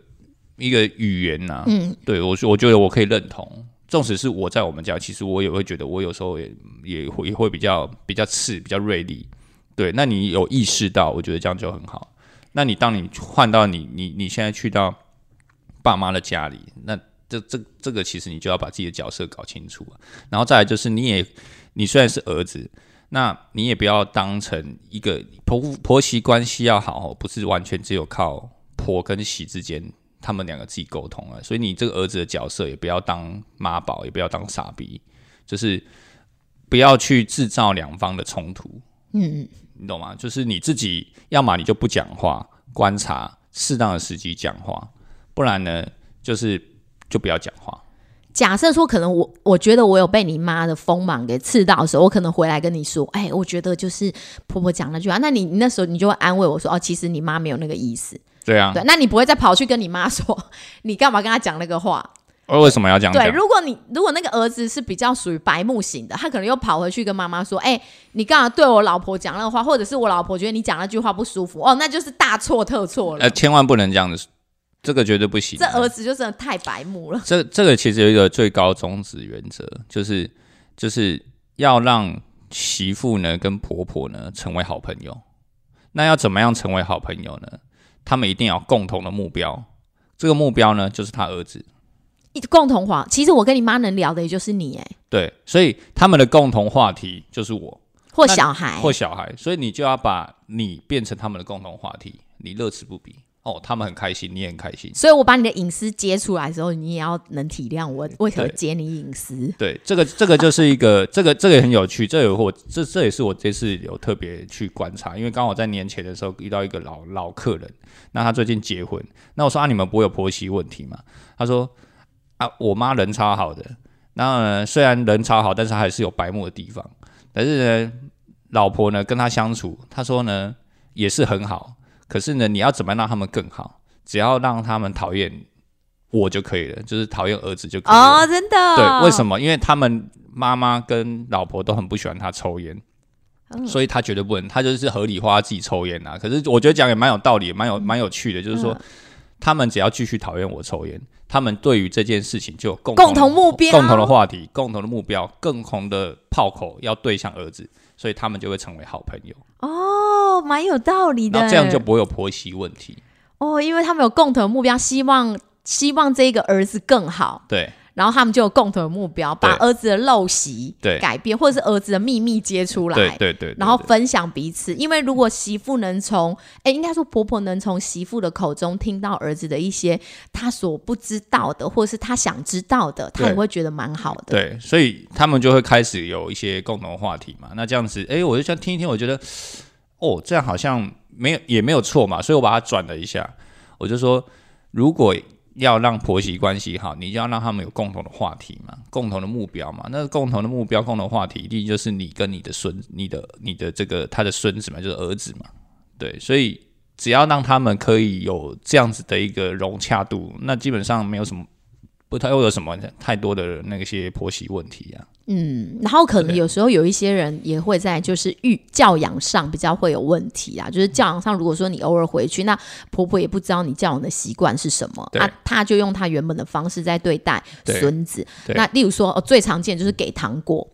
Speaker 2: 一个语言呐、嗯，对我我觉得我可以认同，纵使是我在我们家，其实我也会觉得我有时候也也会也会比较比较刺，比较锐利。对，那你有意识到，我觉得这样就很好。那你当你换到你你你现在去到爸妈的家里，那这这这个其实你就要把自己的角色搞清楚、啊、然后再来就是你也你虽然是儿子，那你也不要当成一个婆夫婆媳关系要好哦，不是完全只有靠婆跟媳之间他们两个自己沟通啊。所以你这个儿子的角色也不要当妈宝，也不要当傻逼，就是不要去制造两方的冲突。嗯，你懂吗？就是你自己，要么你就不讲话，观察适当的时机讲话，不然呢，就是就不要讲话。
Speaker 1: 假设说，可能我我觉得我有被你妈的锋芒给刺到的时候，我可能回来跟你说，哎、我觉得就是婆婆讲那句话，那你你那时候你就会安慰我说，哦，其实你妈没有那个意思，
Speaker 2: 对啊，
Speaker 1: 对，那你不会再跑去跟你妈说， 你干嘛跟她讲那个话？
Speaker 2: 而为什么要这样
Speaker 1: 对，
Speaker 2: 讲？
Speaker 1: 如果你如果那个儿子是比较属于白目型的，他可能又跑回去跟妈妈说，哎、你干嘛对我老婆讲那个话，或者是我老婆觉得你讲那句话不舒服，哦，那就是大错特错了，
Speaker 2: 呃，千万不能这样子，这个绝对不行
Speaker 1: 这
Speaker 2: 啊、
Speaker 1: 儿子就真的太白目了，
Speaker 2: 这这个其实有一个最高宗旨原则，就是就是要让媳妇呢跟婆婆呢成为好朋友。那要怎么样成为好朋友呢？他们一定要有共同的目标，这个目标呢就是他儿子。
Speaker 1: 一共同话，其实我跟你妈能聊的也就是你，哎，
Speaker 2: 对，所以他们的共同话题就是我
Speaker 1: 或
Speaker 2: 那
Speaker 1: 小孩，
Speaker 2: 或小孩，所以你就要把你变成他们的共同话题，你乐此不疲。哦，他们很开心，你也很开心。
Speaker 1: 所以我把你的隐私揭出来的时候，你也要能体谅我为何揭你隐私。
Speaker 2: 对，这个这个就是一个，这个这个也很有趣，这有我这这也是我这次有特别去观察，因为刚好在年前的时候遇到一个老老客人，那他最近结婚，那我说啊你们不会有婆媳问题吗？他说啊我妈人超好的，那呢虽然人超好，但是还是有白目的地方，但是呢老婆呢跟他相处，他说呢也是很好，可是呢你要怎么样让他们更好？只要让他们讨厌我就可以了，就是讨厌儿子就可以了。
Speaker 1: 哦，真的？
Speaker 2: 对，为什
Speaker 1: 么？
Speaker 2: 么？因为他们妈妈跟老婆都很不喜欢他抽烟，
Speaker 1: 嗯
Speaker 2: 所以他绝对不能，他就是合理化自己抽烟啊。可是我觉得讲也蛮有道理，蛮有蛮有趣
Speaker 1: 嗯
Speaker 2: 的，就是说、他们只要继续讨厌我抽烟，他们对于这件事情就有共
Speaker 1: 共
Speaker 2: 的
Speaker 1: 同目标
Speaker 2: 共同的话题、共同的目标、共同的炮口要对向儿子，所以他们就会成为好朋友，
Speaker 1: 哦，蛮有道理的。欸
Speaker 2: 那这样就不会有婆媳问题。
Speaker 1: 哦，因为他们有共同的目标，希望希望这个儿子更好，
Speaker 2: 对
Speaker 1: 然后他们就有共同的目标，
Speaker 2: 对
Speaker 1: 把儿子的陋习
Speaker 2: 对
Speaker 1: 改变，或者是儿子的秘密揭出来。
Speaker 2: 对对对对，
Speaker 1: 然后
Speaker 2: 对
Speaker 1: 分享彼此，因为如果媳妇能从，哎，应该说婆婆能从媳妇的口中听到儿子的一些他所不知道的，或是他想知道的，他
Speaker 2: 对
Speaker 1: 也会觉得蛮好的。
Speaker 2: 对，所以他们就会开始有一些共同话题嘛。那这样子，哎、我就想听一听，我觉得，哦，这样好像没有也没有错嘛，所以我把它转了一下，我就说，如果要让婆媳关系好，你就要让他们有共同的话题嘛，共同的目标嘛。那共同的目标、共同话题，一定就是你跟你的孙、你的、你的这个他的孙子嘛，就是儿子嘛。对，所以只要让他们可以有这样子的一个融洽度，那基本上没有什么不太会有什么太多的那些婆媳问题啊。
Speaker 1: 嗯，然后可能
Speaker 2: 对
Speaker 1: 有时候有一些人也会在就是育教养上比较会有问题啊，就是
Speaker 2: 嗯
Speaker 1: 教养上，如果说你偶尔回去，那婆婆也不知道你教养的习惯是什么
Speaker 2: 对
Speaker 1: 啊，她就用她原本的方式在对待
Speaker 2: 对
Speaker 1: 孙子。
Speaker 2: 对
Speaker 1: 那例如说，哦，最常见就是给糖果。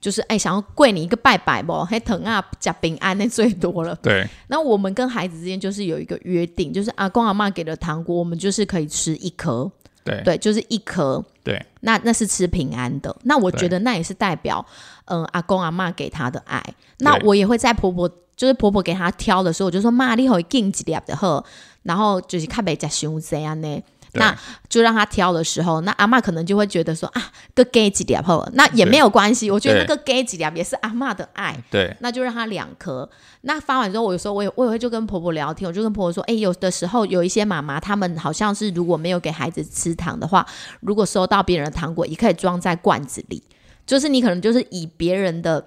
Speaker 1: 就是哎、想要跪你一个拜拜不？黑疼啊，加平安那最多了。
Speaker 2: 对，
Speaker 1: 那我们跟孩子之间就是有一个约定，就是阿公阿妈给的糖果，我们就是可以吃一颗，
Speaker 2: 对，
Speaker 1: 对，就是一颗。
Speaker 2: 对，
Speaker 1: 那那是吃平安的。那我
Speaker 2: 对
Speaker 1: 觉得那也是代表，嗯、阿公阿妈给他的爱。那
Speaker 2: 对
Speaker 1: 我也会在婆婆，就是婆婆给他挑的时候，我就说妈，你好，进几粒的喝，然后就是看北加熊这样呢。
Speaker 2: 对
Speaker 1: 那就让他挑的时候，那阿妈可能就会觉得说啊，个给几粒好了，那也没有关系。我觉得那个给几粒也是阿妈的爱。
Speaker 2: 对，
Speaker 1: 那就让他两颗。那发完之后，我有时候我也我也会就跟婆婆聊天，我就跟婆婆说，哎、有的时候有一些妈妈，她们好像是如果没有给孩子吃糖的话，如果收到别人的糖果，也可以装在罐子里，就是你可能就是以别人的。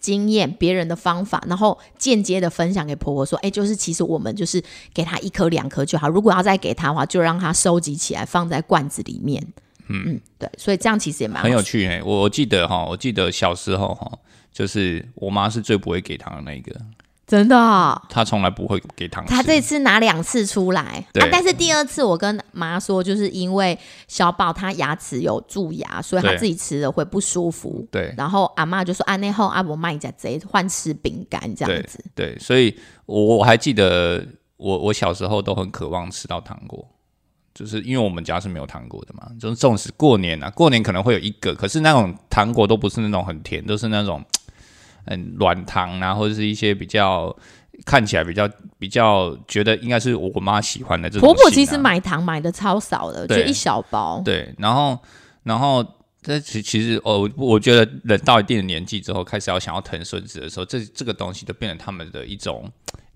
Speaker 1: 经验、别人的方法，然后间接的分享给婆婆说：“哎，就是其实我们就是给她一颗、两颗就好，如果要再给她的话，就让她收集起来放在罐子里面。”嗯对，所以这样其实也蛮好
Speaker 2: 很有趣哎、我我记得哈，我记得小时候哈，就是我妈是最不会给糖的那一个，
Speaker 1: 真的哦、
Speaker 2: 她从来不会给糖吃。
Speaker 1: 他这次拿两次出来
Speaker 2: 对
Speaker 1: 啊，但是第二次我跟妈说，就是因为小宝他牙齿有蛀牙，所以他
Speaker 2: 对
Speaker 1: 自己吃了会不舒服。
Speaker 2: 对
Speaker 1: 然后阿妈就说：“啊，那后阿伯卖你家贼，换吃饼干这样子。
Speaker 2: 对，所以我我还记得我我小时候都很渴望吃到糖果，就是因为我们家是没有糖果的嘛，就是纵使过年啊，过年可能会有一个，可是那种糖果都不是那种很甜，都是那种嗯软糖啊，或者是一些比较。看起来比较比较觉得应该是我妈喜欢的这种、啊
Speaker 1: 婆婆其实买糖买的超少的，就
Speaker 2: 对
Speaker 1: 一小包。
Speaker 2: 对，然后然后这其其实哦，我我觉得人到一定的年纪之后，开始要想要疼孙子的时候，这这个东西就变成他们的一种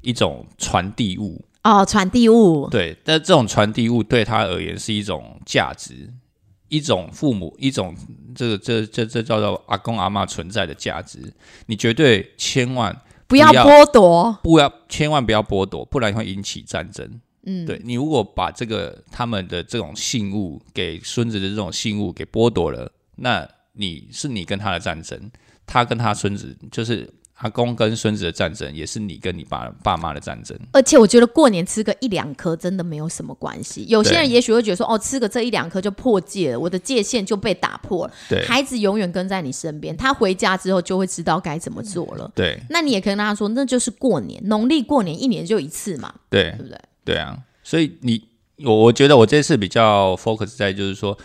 Speaker 2: 一种传递物。
Speaker 1: 哦，传递物，
Speaker 2: 对，但这种传递物对他而言是一种价值。一种父母，一种这个这这这叫做阿公阿嬷存在的价值，你绝对千万
Speaker 1: 不要
Speaker 2: 不要
Speaker 1: 剥夺。
Speaker 2: 不要千万不要剥夺，不然会引起战争。
Speaker 1: 嗯，
Speaker 2: 对你如果把这个他们的这种信物给孙子的这种信物给剥夺了，那你是你跟他的战争，他跟他孙子就是阿公跟孙子的战争，也是你跟你爸爸妈的战争。
Speaker 1: 而且我觉得过年吃个一两颗真的没有什么关系。有些人也许会觉得说，哦，吃个这一两颗就破戒了，我的界限就被打破了。
Speaker 2: 对
Speaker 1: 孩子永远跟在你身边，他回家之后就会知道该怎么做了。
Speaker 2: 对
Speaker 1: 那你也可以跟他说，那就是过年，农历过年一年就一次嘛，
Speaker 2: 对
Speaker 1: 对不对？
Speaker 2: 对啊，所以你我我觉得我这次比较 focus 在就是说，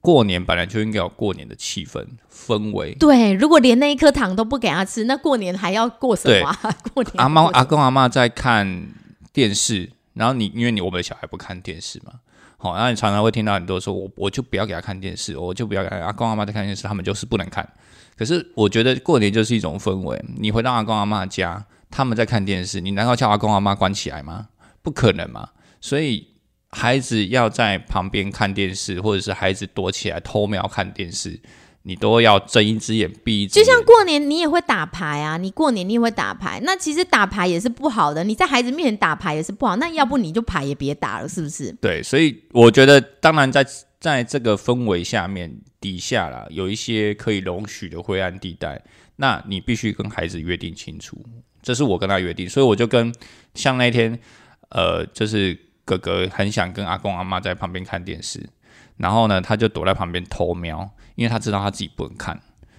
Speaker 2: 过年本来就应该有过年的气氛氛围，
Speaker 1: 对，如果连那一颗糖都不给他吃，那过年还要过什么、 啊？过 年
Speaker 2: 阿猫
Speaker 1: 过什么
Speaker 2: 阿公阿妈在看电视，然后你因为你我们的小孩不看电视嘛，好、然后你常常会听到很多说，我我就不要给他看电视，我就不要给他阿公阿妈在看电视，他们就是不能看。可是我觉得过年就是一种氛围，你回到阿公阿妈家，他们在看电视，你难道叫阿公阿妈关起来吗？不可能嘛，所以。孩子要在旁边看电视，或者是孩子躲起来偷瞄看电视，你都要睁一只眼闭一只
Speaker 1: 就
Speaker 2: 眼。
Speaker 1: 像过年你也会打牌啊，你过年你也会打牌，那其实打牌也是不好的，你在孩子面前打牌也是不好，那要不你就牌也别打了，是不是？
Speaker 2: 对，所以我觉得，当然在在这个氛围下面底下啦，有一些可以容许的灰暗地带，那你必须跟孩子约定清楚，这是我跟他约定，所以我就跟像那天，呃，就是哥哥很想跟阿公阿妈在旁边看电视，然后呢，他就躲在旁边偷瞄，因为他知道他自己不能看，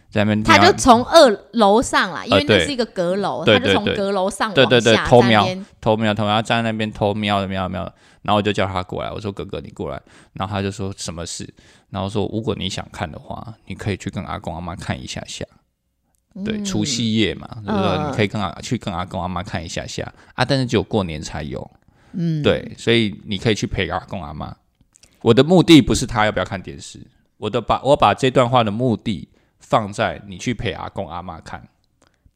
Speaker 2: 在那边
Speaker 1: 他
Speaker 2: 瞄
Speaker 1: 就从二楼上啦，因为
Speaker 2: 呃
Speaker 1: 那
Speaker 2: 啊对
Speaker 1: 是一个阁楼，
Speaker 2: 对
Speaker 1: 他就从
Speaker 2: 对对
Speaker 1: 阁楼上往
Speaker 2: 对
Speaker 1: 下
Speaker 2: 对对偷
Speaker 1: 在那
Speaker 2: 瞄
Speaker 1: 边
Speaker 2: 偷瞄偷瞄，他站在那边偷瞄的瞄的瞄的，然后我就叫他过来，我说哥哥你过来，然后他就说什么事，然后说如果你想看的话，你可以去跟阿公阿妈看一下下，对，除夕夜嘛，就是说你可以跟阿、去跟阿公阿妈看一下下啊，但是只有过年才有，嗯，对，所以你可以去陪阿公阿妈。我的目的不是他要不要看电视，我的把我把这段话的目的放在你去陪阿公阿妈看。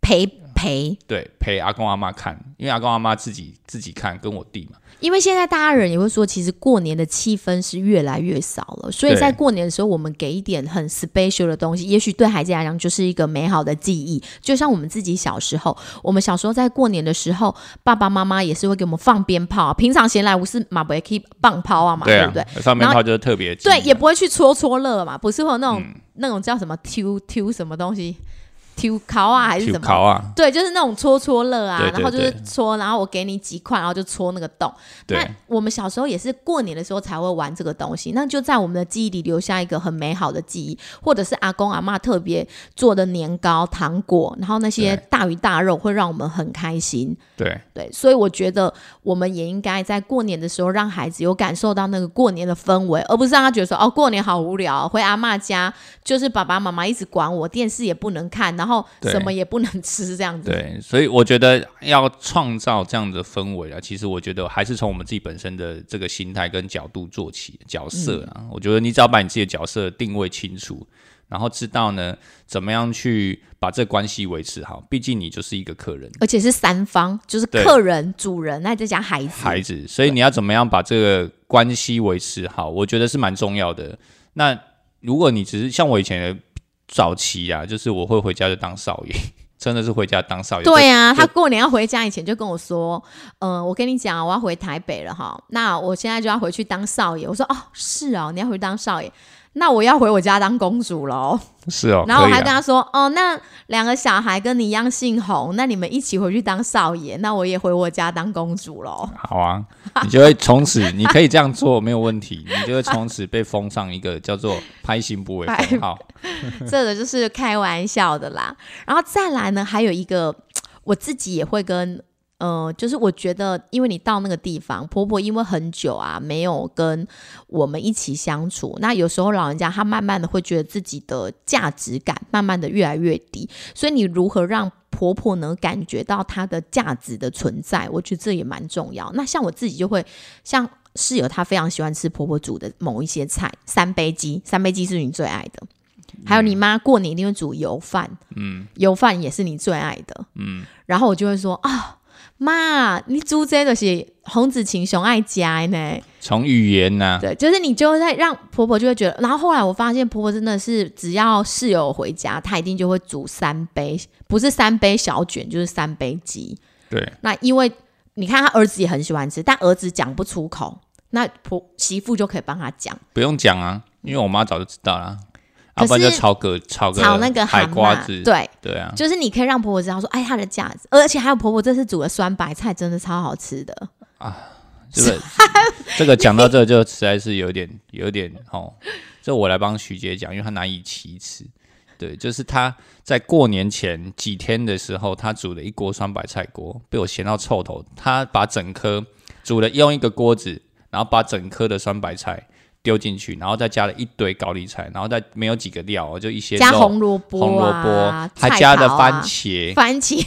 Speaker 1: 陪陪，
Speaker 2: 对，陪阿公阿妈看，因为阿公阿妈自己自己看，跟我弟嘛，
Speaker 1: 因为现在大家人也会说，其实过年的气氛是越来越少了，所以
Speaker 2: 对
Speaker 1: 在过年的时候，我们给一点很 special 的东西，也许对孩子来讲就是一个美好的记忆。就像我们自己小时候，我们小时候在过年的时候，爸爸妈妈也是会给我们放鞭炮、平常闲来无事嘛，不会以放炮啊嘛，对
Speaker 2: 啊
Speaker 1: 不对？，
Speaker 2: 上面套就是特别啊嗯
Speaker 1: 对，也不会去戳戳乐嘛，不是会有那种、那种叫什么 Q Q 什么东西， Q 考啊还是
Speaker 2: 去
Speaker 1: 什么？
Speaker 2: 考啊，
Speaker 1: 对，就是那种搓搓乐啊，
Speaker 2: 对对
Speaker 1: 然后就是
Speaker 2: 对
Speaker 1: 搓，然后我给你几块，然后就搓那个洞。那
Speaker 2: 对
Speaker 1: 我们小时候也是过年的时候才会玩这个东西，那就在我们的记忆里留下一个很美好的记忆，或者是阿公阿妈特别做的年糕、糖果，然后那些
Speaker 2: 对
Speaker 1: 大鱼大肉会让我们很开心。
Speaker 2: 对
Speaker 1: 对，所以我觉得我们也应该在过年的时候让孩子有感受到那个过年的氛围，而不是让他觉得说哦，过年好无聊，回阿嬷家就是爸爸妈妈一直管我，电视也不能看，然后
Speaker 2: 对
Speaker 1: 什么也不能吃这样子。
Speaker 2: 对，所以我觉得要创造这样的氛围啊，其实我觉得还是从我们自己本身的这个心态跟角度做起，角色啊，
Speaker 1: 嗯
Speaker 2: 我觉得你只要把你自己的角色定位清楚，然后知道呢怎么样去把这关系维持好，毕竟你就是一个客人。
Speaker 1: 而且是三方，就是
Speaker 2: 对
Speaker 1: 客人、主人，那再加孩子，
Speaker 2: 孩子，所以你要怎么样把这个关系维持好，我觉得是蛮重要的。那如果你只是像我以前的早期啊，就是我会回家就当少爷， 真的是回家当少爷。
Speaker 1: 对啊呀、
Speaker 2: 就
Speaker 1: 他过年要回家以前就跟我说，嗯、我跟你讲啊，我要回台北了哈，那我现在就要回去当少爷。我说哦，是哦，你要回去当少爷，那我要回我家当公主喽。
Speaker 2: 是哦，
Speaker 1: 然后我
Speaker 2: 可以
Speaker 1: 还
Speaker 2: 啊
Speaker 1: 跟他说，哦，那两个小孩跟你一样姓洪，那你们一起回去当少爷，那我也回我家当公主喽。
Speaker 2: 好啊，你就会从此，你可以这样做，没有问题，你就会从此被封上一个叫做“拍心不为封号
Speaker 1: 这个就是开玩笑的啦。然后再来呢，还有一个我自己也会跟。呃，就是我觉得，因为你到那个地方，婆婆因为很久啊没有跟我们一起相处，那有时候老人家她慢慢的会觉得自己的价值感慢慢的越来越低，所以你如何让婆婆能感觉到她的价值的存在，我觉得这也蛮重要。那像我自己就会，像室友她非常喜欢吃婆婆煮的某一些菜，三杯鸡，三杯鸡是你最爱的。还有你
Speaker 2: 嗯
Speaker 1: 妈过年一定会煮油饭，嗯，油饭也是你最爱的，嗯。然后我就会说啊，妈，你煮这个是洪子晴熊爱家呢，”，
Speaker 2: 从语言啊呐、
Speaker 1: 对，就是你就会在让婆婆就会觉得。然后后来我发现婆婆真的是，只要室友回家，她一定就会煮三杯，不是三杯小卷，就是三杯鸡。
Speaker 2: 对
Speaker 1: 那因为你看她儿子也很喜欢吃，但儿子讲不出口，那婆媳妇就可以帮他讲。
Speaker 2: 不用讲啊，因为我妈早就知道啦，
Speaker 1: 可是
Speaker 2: 要、不然就炒个炒个
Speaker 1: 炒那个
Speaker 2: 海
Speaker 1: 蛤
Speaker 2: 瓜
Speaker 1: 蟆，
Speaker 2: 子，
Speaker 1: 对，
Speaker 2: 对啊，
Speaker 1: 就是你可以让婆婆知道说，哎，她的价值，而且还有婆婆这次煮的酸白菜真的超好吃的。
Speaker 2: 这 个这个讲到这就实在是有点有点哦，这我来帮徐姐讲，因为她难以启齿。对，就是她在过年前几天的时候，她煮了一锅酸白菜锅，被我咸到臭头。她把整颗煮了用一个锅子，然后把整颗的酸白菜丢进去，然后再加了一堆高丽菜，然后再没有几个料哦，就一些
Speaker 1: 加
Speaker 2: 肉
Speaker 1: 红萝卜、啊，
Speaker 2: 红萝卜，还
Speaker 1: 菜
Speaker 2: 加了
Speaker 1: 桃啊
Speaker 2: 番茄，
Speaker 1: 番茄，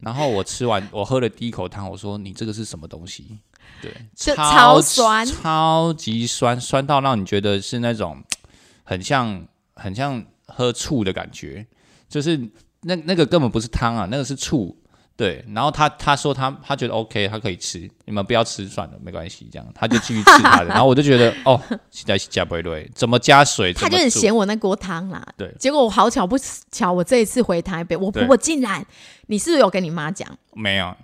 Speaker 2: 然后我吃完， 我喝了第一口汤，我说你这个是什么东西？对，
Speaker 1: 就超
Speaker 2: 超
Speaker 1: 酸
Speaker 2: 超级酸，酸到让你觉得是那种很像很像喝醋的感觉，就是那那个根本不是汤啊，那个是醋。对，然后他他说他他觉得 OK，他可以吃，你们不要吃算了，没关系，这样他就继续吃他 的。然后我就觉得哦，实在是加不对，怎么加水？
Speaker 1: 她
Speaker 2: 怎
Speaker 1: 就
Speaker 2: 么
Speaker 1: 很
Speaker 2: 煮
Speaker 1: 嫌我那锅汤啦。
Speaker 2: 对
Speaker 1: 结果我好巧不巧，我这一次回台北，我婆婆竟然，你是不是有跟你妈讲？
Speaker 2: 没有，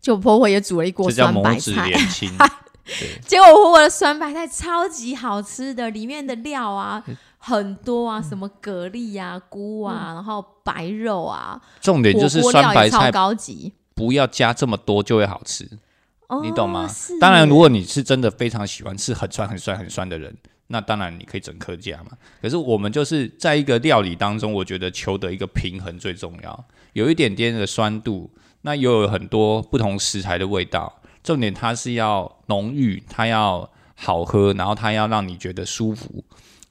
Speaker 1: 就我婆婆也煮了一锅
Speaker 2: 这叫
Speaker 1: 酸
Speaker 2: 母
Speaker 1: 白
Speaker 2: 子
Speaker 1: 菜
Speaker 2: 连，心。
Speaker 1: 结果我婆婆的酸白菜超级好吃的，里面的料啊
Speaker 2: 嗯
Speaker 1: 很多啊，什么蛤蜊啊、菇啊，然后白肉啊，
Speaker 2: 重点嗯就是
Speaker 1: 火锅
Speaker 2: 酸
Speaker 1: 料
Speaker 2: 白
Speaker 1: 也
Speaker 2: 菜
Speaker 1: 超高级，
Speaker 2: 不要加这么多就会好吃，
Speaker 1: 哦
Speaker 2: 你懂吗
Speaker 1: 是？
Speaker 2: 当然，如果你是真的非常喜欢吃很酸、很酸、很酸的人，那当然你可以整颗加嘛。可是我们就是在一个料理当中，我觉得求得一个平衡最重要，有一点点的酸度，那也有很多不同食材的味道。重点它是要浓郁，它要好喝，然后它要让你觉得舒服，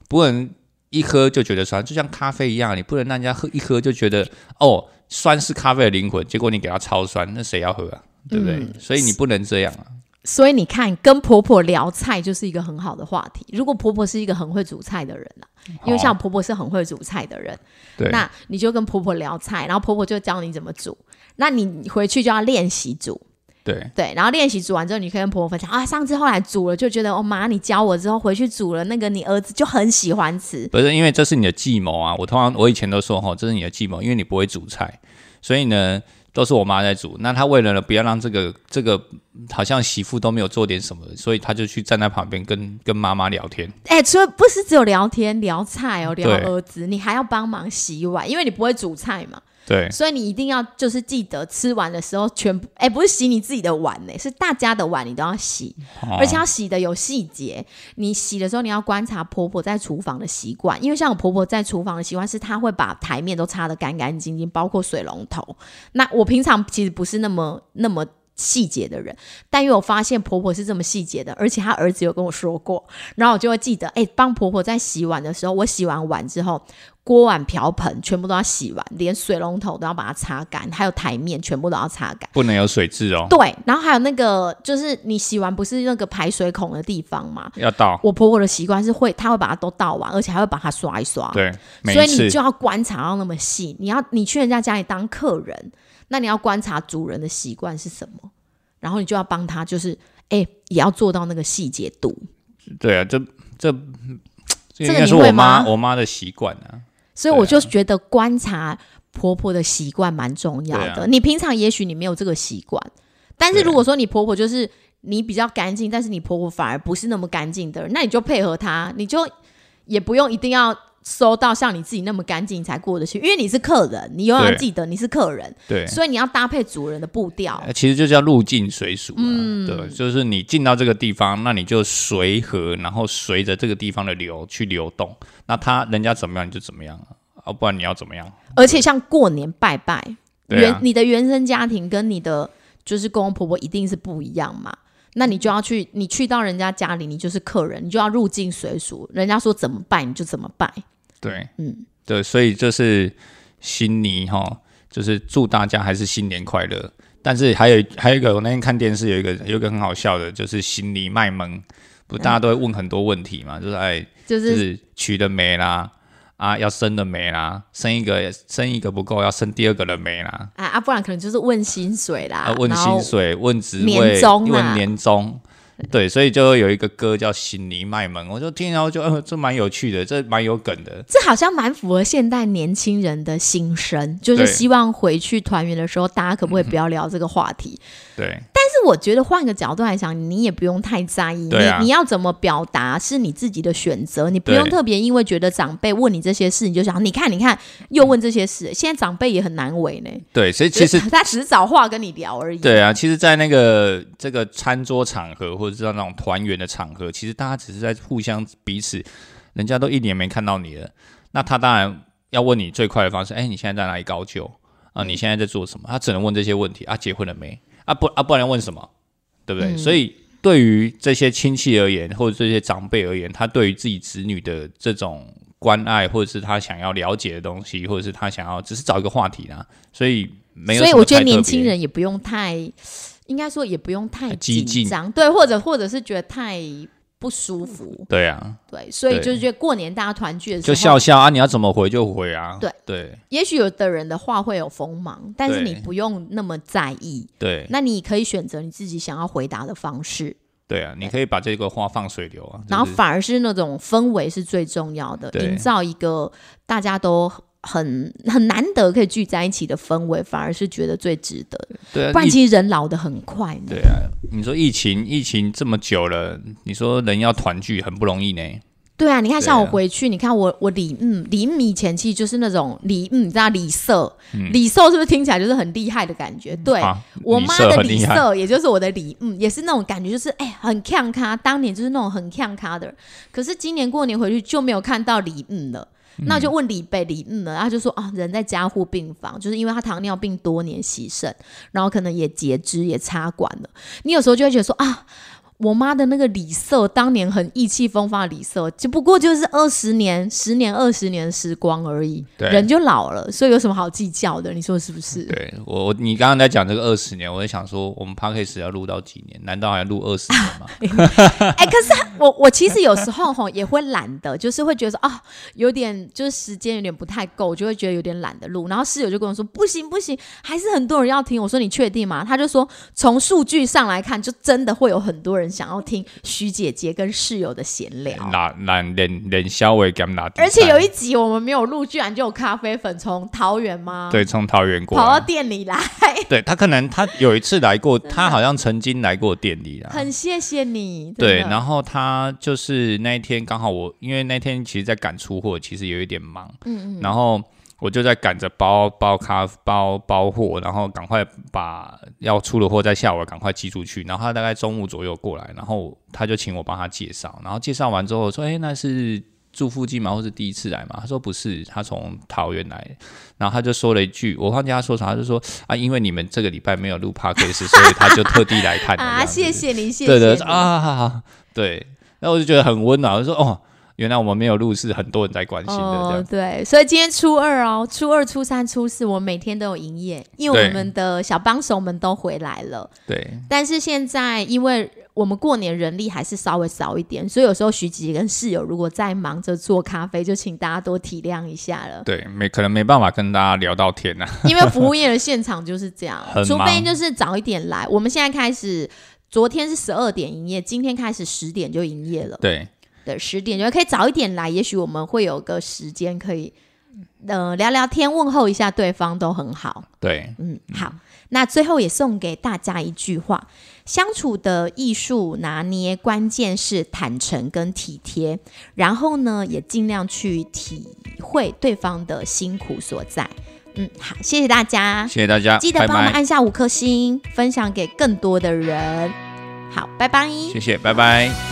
Speaker 2: 不能一喝就觉得酸，就像咖啡一样，你不能让人家喝一喝就觉得哦，酸是咖啡的灵魂，结果你给它超酸，那谁要喝啊？对不对？所以你不能这样啊。
Speaker 1: 所以你看，跟婆婆聊菜就是一个很好的话题。如果婆婆是一个很会煮菜的人啊，因为像我婆婆是很会煮菜的人，
Speaker 2: 嗯对
Speaker 1: 那你就跟婆婆聊菜，然后婆婆就教你怎么煮。那你回去就要练习煮，
Speaker 2: 对
Speaker 1: 对，然后练习煮完之后，你可以跟婆婆分享啊，上次后来煮了就觉得哦妈，你教我之后回去煮了那个，你儿子就很喜欢吃。
Speaker 2: 不是因为这是你的计谋啊！我通常我以前都说哈，这是你的计谋，因为你不会煮菜，所以呢，都是我妈在煮。那她为了不要让这个这个好像媳妇都没有做点什么，所以她就去站在旁边跟跟妈妈聊天。
Speaker 1: 哎、除了不是只有聊天、聊菜哦，聊
Speaker 2: 对
Speaker 1: 儿子，你还要帮忙洗碗，因为你不会煮菜嘛，
Speaker 2: 对，
Speaker 1: 所以你一定要就是记得吃完的时候全部，哎、不是洗你自己的碗呢、是大家的碗你都要洗，
Speaker 2: 哦
Speaker 1: 而且要洗的有细节。你洗的时候你要观察婆婆在厨房的习惯，因为像我婆婆在厨房的习惯是她会把台面都擦得干干净净，包括水龙头。那我平常其实不是那么那么。细节的人，但因为我发现婆婆是这么细节的，而且她儿子有跟我说过，然后我就会记得，哎、帮婆婆在洗碗的时候，我洗完碗之后，锅碗瓢盆全部都要洗完，连水龙头都要把它擦干，还有台面全部都要擦干。
Speaker 2: 不能有水渍哦，
Speaker 1: 对，然后还有那个，就是你洗完不是那个排水孔的地方嘛？
Speaker 2: 要倒。
Speaker 1: 我婆婆的习惯是会，她会把它都倒完，而且还会把它刷一刷。，
Speaker 2: 对，每
Speaker 1: 所
Speaker 2: 一
Speaker 1: 以
Speaker 2: 次
Speaker 1: 你就要观察到那么细。你要你去人家家里当客人，那你要观察主人的习惯是什么，然后你就要帮他，就是哎、也要做到那个细节度。
Speaker 2: 对啊，这这这
Speaker 1: 这
Speaker 2: 应
Speaker 1: 个
Speaker 2: 该
Speaker 1: 你
Speaker 2: 是我
Speaker 1: 会
Speaker 2: 妈
Speaker 1: 吗
Speaker 2: 我妈的习惯啊。
Speaker 1: 所以我就觉得观察婆婆的习惯蛮重要
Speaker 2: 对
Speaker 1: 的。
Speaker 2: 啊
Speaker 1: 你平常也许你没有这个习惯，但是
Speaker 2: 对啊
Speaker 1: 如果说你婆婆就是你比较干净，但是你婆婆反而不是那么干净的人，那你就配合她，你就也不用一定要收到像你自己那么干净才过得去，因为你是客人，你永远
Speaker 2: 对
Speaker 1: 要记得你是客人，
Speaker 2: 对，
Speaker 1: 所以你要搭配主人的步调。
Speaker 2: 呃其实就叫入境随俗、啊，对，就是你进到这个地方，那你就随和，然后随着这个地方的流去流动，那他人家怎么样你就怎么样啊，啊不然你要怎么样？
Speaker 1: 而且像过年拜拜，
Speaker 2: 对
Speaker 1: 原、
Speaker 2: 啊，
Speaker 1: 你的原生家庭跟你的就是公公婆婆一定是不一样嘛。那你就要去，你去到人家家里，你就是客人，你就要入境随俗，人家说怎么拜你就怎么拜。
Speaker 2: 对，
Speaker 1: 嗯，
Speaker 2: 对，所以就是新年哈，就是祝大家还是新年快乐。但是还有还有一个，我那天看电视有一个有一个很好笑的，就是新年卖萌，不大家都会问很多问题嘛，就是哎，
Speaker 1: 就
Speaker 2: 就是是娶了没啦，啊要生了没啦，生一个生一个不够，要生第二个了没啦，
Speaker 1: 啊啊，不然可能就是问薪水啦，
Speaker 2: 啊，问
Speaker 1: 然后
Speaker 2: 薪水，问职位，
Speaker 1: 年终啊
Speaker 2: 问年终。对，所以就有一个歌叫《新泥卖萌》，我就听，然后就，呃，这蛮有趣的，这蛮有梗的。
Speaker 1: 这好像蛮符合现代年轻人的心声，就是
Speaker 2: 对嗯
Speaker 1: 希望回去团圆的时候，大家可不可以不要聊这个话题？
Speaker 2: 对，
Speaker 1: 但是我觉得换个角度来想，你也不用太在意，
Speaker 2: 对啊
Speaker 1: 你你要怎么表达是你自己的选择，你不用
Speaker 2: 对
Speaker 1: 特别因为觉得长辈问你这些事，你就想你看你看又问这些事，现在长辈也很难为呢。
Speaker 2: 对，所以嗯其实
Speaker 1: 就是 他只是找话跟你聊而已。
Speaker 2: 对啊，其实，在那个这个餐桌场合，或者是那种团圆的场合，其实大家只是在互相彼此，人家都一年没看到你了，那他当然要问你最快的方式，哎，你现在在哪里高就
Speaker 1: 嗯
Speaker 2: 啊？你现在在做什么？他只能问这些问题啊，结婚了没？啊不啊，不然问什么？对不
Speaker 1: 嗯
Speaker 2: 对？所以对于这些亲戚而言，或者这些长辈而言，他对于自己子女的这种关爱，或者是他想要了解的东西，或者是他想要只是找一个话题啦，所以没有
Speaker 1: 所以
Speaker 2: 什么
Speaker 1: 我觉得
Speaker 2: 太特
Speaker 1: 年
Speaker 2: 别
Speaker 1: 轻人也不用太，应该说也不用太
Speaker 2: 太激进
Speaker 1: 紧张，对，或者或者是觉得太不舒服，
Speaker 2: 对啊，
Speaker 1: 对，所以
Speaker 2: 对
Speaker 1: 就是觉得过年大家团聚的时
Speaker 2: 就
Speaker 1: 候，
Speaker 2: 笑笑啊，你要怎么回就回啊。
Speaker 1: 对
Speaker 2: 对
Speaker 1: 也许有的人的话会有锋芒，但是
Speaker 2: 对
Speaker 1: 你不用那么在意，
Speaker 2: 对
Speaker 1: 那你可以选择你自己想要回答的方式，
Speaker 2: 对啊，你可以把这个话放水流啊。
Speaker 1: 然后
Speaker 2: 就是
Speaker 1: 反而是那种氛围是最重要的，
Speaker 2: 对
Speaker 1: 营造一个大家都很很难得可以聚在一起的氛围，反而是觉得最值得。
Speaker 2: 对
Speaker 1: 不
Speaker 2: 啊，
Speaker 1: 然
Speaker 2: 疫
Speaker 1: 其实人老得很快呢。
Speaker 2: 对啊，你说疫情疫情这么久了，你说人要团聚很不容易呢。
Speaker 1: 对啊，你看
Speaker 2: 对
Speaker 1: 像我
Speaker 2: 啊
Speaker 1: 回去，你看我我李嗯李嗯以前其实就是那种李嗯，你知道李色，李色是不是听起来就是很厉害的感觉？对，
Speaker 2: 嗯啊，
Speaker 1: 我
Speaker 2: 你
Speaker 1: 妈
Speaker 2: 色
Speaker 1: 的
Speaker 2: 很
Speaker 1: 李
Speaker 2: 厉害，
Speaker 1: 色，也就是我的李嗯，也是那种感觉，就是哎、很呛咖，当年就是那种很呛咖的人。可是今年过年回去就没有看到李嗯了。那我就问李北李嗯了，然后就说啊，人在加护病房，就是因为他糖尿病多年洗肾，然后可能也截肢也插管了。你有时候就会觉得说啊，我妈的那个李色，当年很意气风发的李色，只不过就是二十年、十年、二十年的时光而已，
Speaker 2: 对
Speaker 1: 人就老了，所以有什么好计较的？你说是不是？
Speaker 2: 对我，我你刚刚在讲这个二十年，我在想说，我们 p a c a s e 要录到几年？难道还要录二十 年吗？
Speaker 1: 哎、可是我我其实有时候吼也会懒得，就是会觉得说啊，有点就是时间有点不太够，就会觉得啊有点懒得录。然后室友就跟我说不行不行，还是很多人要听。我说你确定吗？他就说从数据上来看，就真的会有很多人想要听徐姐姐跟室友的闲聊。
Speaker 2: 拿拿连连消尾给他们拿，
Speaker 1: 而且有一集我们没有录，居然就有咖啡粉从桃园吗？，
Speaker 2: 对从桃园过
Speaker 1: 跑到
Speaker 2: 来，
Speaker 1: 店里来，
Speaker 2: 对他可能他有一次来 过，他好像曾经来过店里啦。
Speaker 1: 很谢谢你。
Speaker 2: 对，
Speaker 1: 后
Speaker 2: 然后他就是那一天刚好我，因为那天其实在赶出货，其实有一点忙，嗯嗯，然后我就在赶着包包咖包包货，然后赶快把要出的货在下午赶快寄出去，然后他大概中午左右过来，然后他就请我帮他介绍，然后介绍完之后我说，哎，那是。住附近吗？或是第一次来吗？他说不是，他从桃园来，然后他就说了一句，我忘记他说啥，他就说啊，因为你们这个礼拜没有录 podcast，所以他就特地来 看你。这
Speaker 1: 啊，
Speaker 2: 样子
Speaker 1: 谢谢你，谢谢
Speaker 2: 对的
Speaker 1: 你
Speaker 2: 啊，对，那我就觉得很温暖，我就说哦，原来我们没有录是很多人在关心的这
Speaker 1: 哦
Speaker 2: 样，。
Speaker 1: 对，所以今天初二哦，初二、初三、初四，我们每天都有营业，因为我
Speaker 2: 对
Speaker 1: 们的小帮手们都回来了。
Speaker 2: 对。
Speaker 1: 但是现在因为我们过年人力还是稍微少一点，所以有时候徐姐姐跟室友如果在忙着做咖啡，就请大家多体谅一下了
Speaker 2: 对，没可能没办法跟大家聊到天啊呐、
Speaker 1: 因为服务业的现场就是这样，
Speaker 2: 很
Speaker 1: 除
Speaker 2: 忙
Speaker 1: 非就是早一点来。我们现在开始，昨天是十二点营业，今天开始十点就营业了。
Speaker 2: 对
Speaker 1: 对，十点就可以早一点来，也许我们会有个时间可以，呃，聊聊天，问候一下对方都很好。
Speaker 2: 对，
Speaker 1: 嗯，好，那最后也送给大家一句话：相处的艺术拿捏，关键是坦诚跟体贴，然后呢，也尽量去体会对方的辛苦所在。嗯，好，谢谢大家，
Speaker 2: 谢谢大家，
Speaker 1: 啊记得
Speaker 2: 拜
Speaker 1: 帮我们
Speaker 2: 啊拜，
Speaker 1: 按下五颗星，分享给更多的人。好，拜拜。
Speaker 2: 谢谢，拜拜。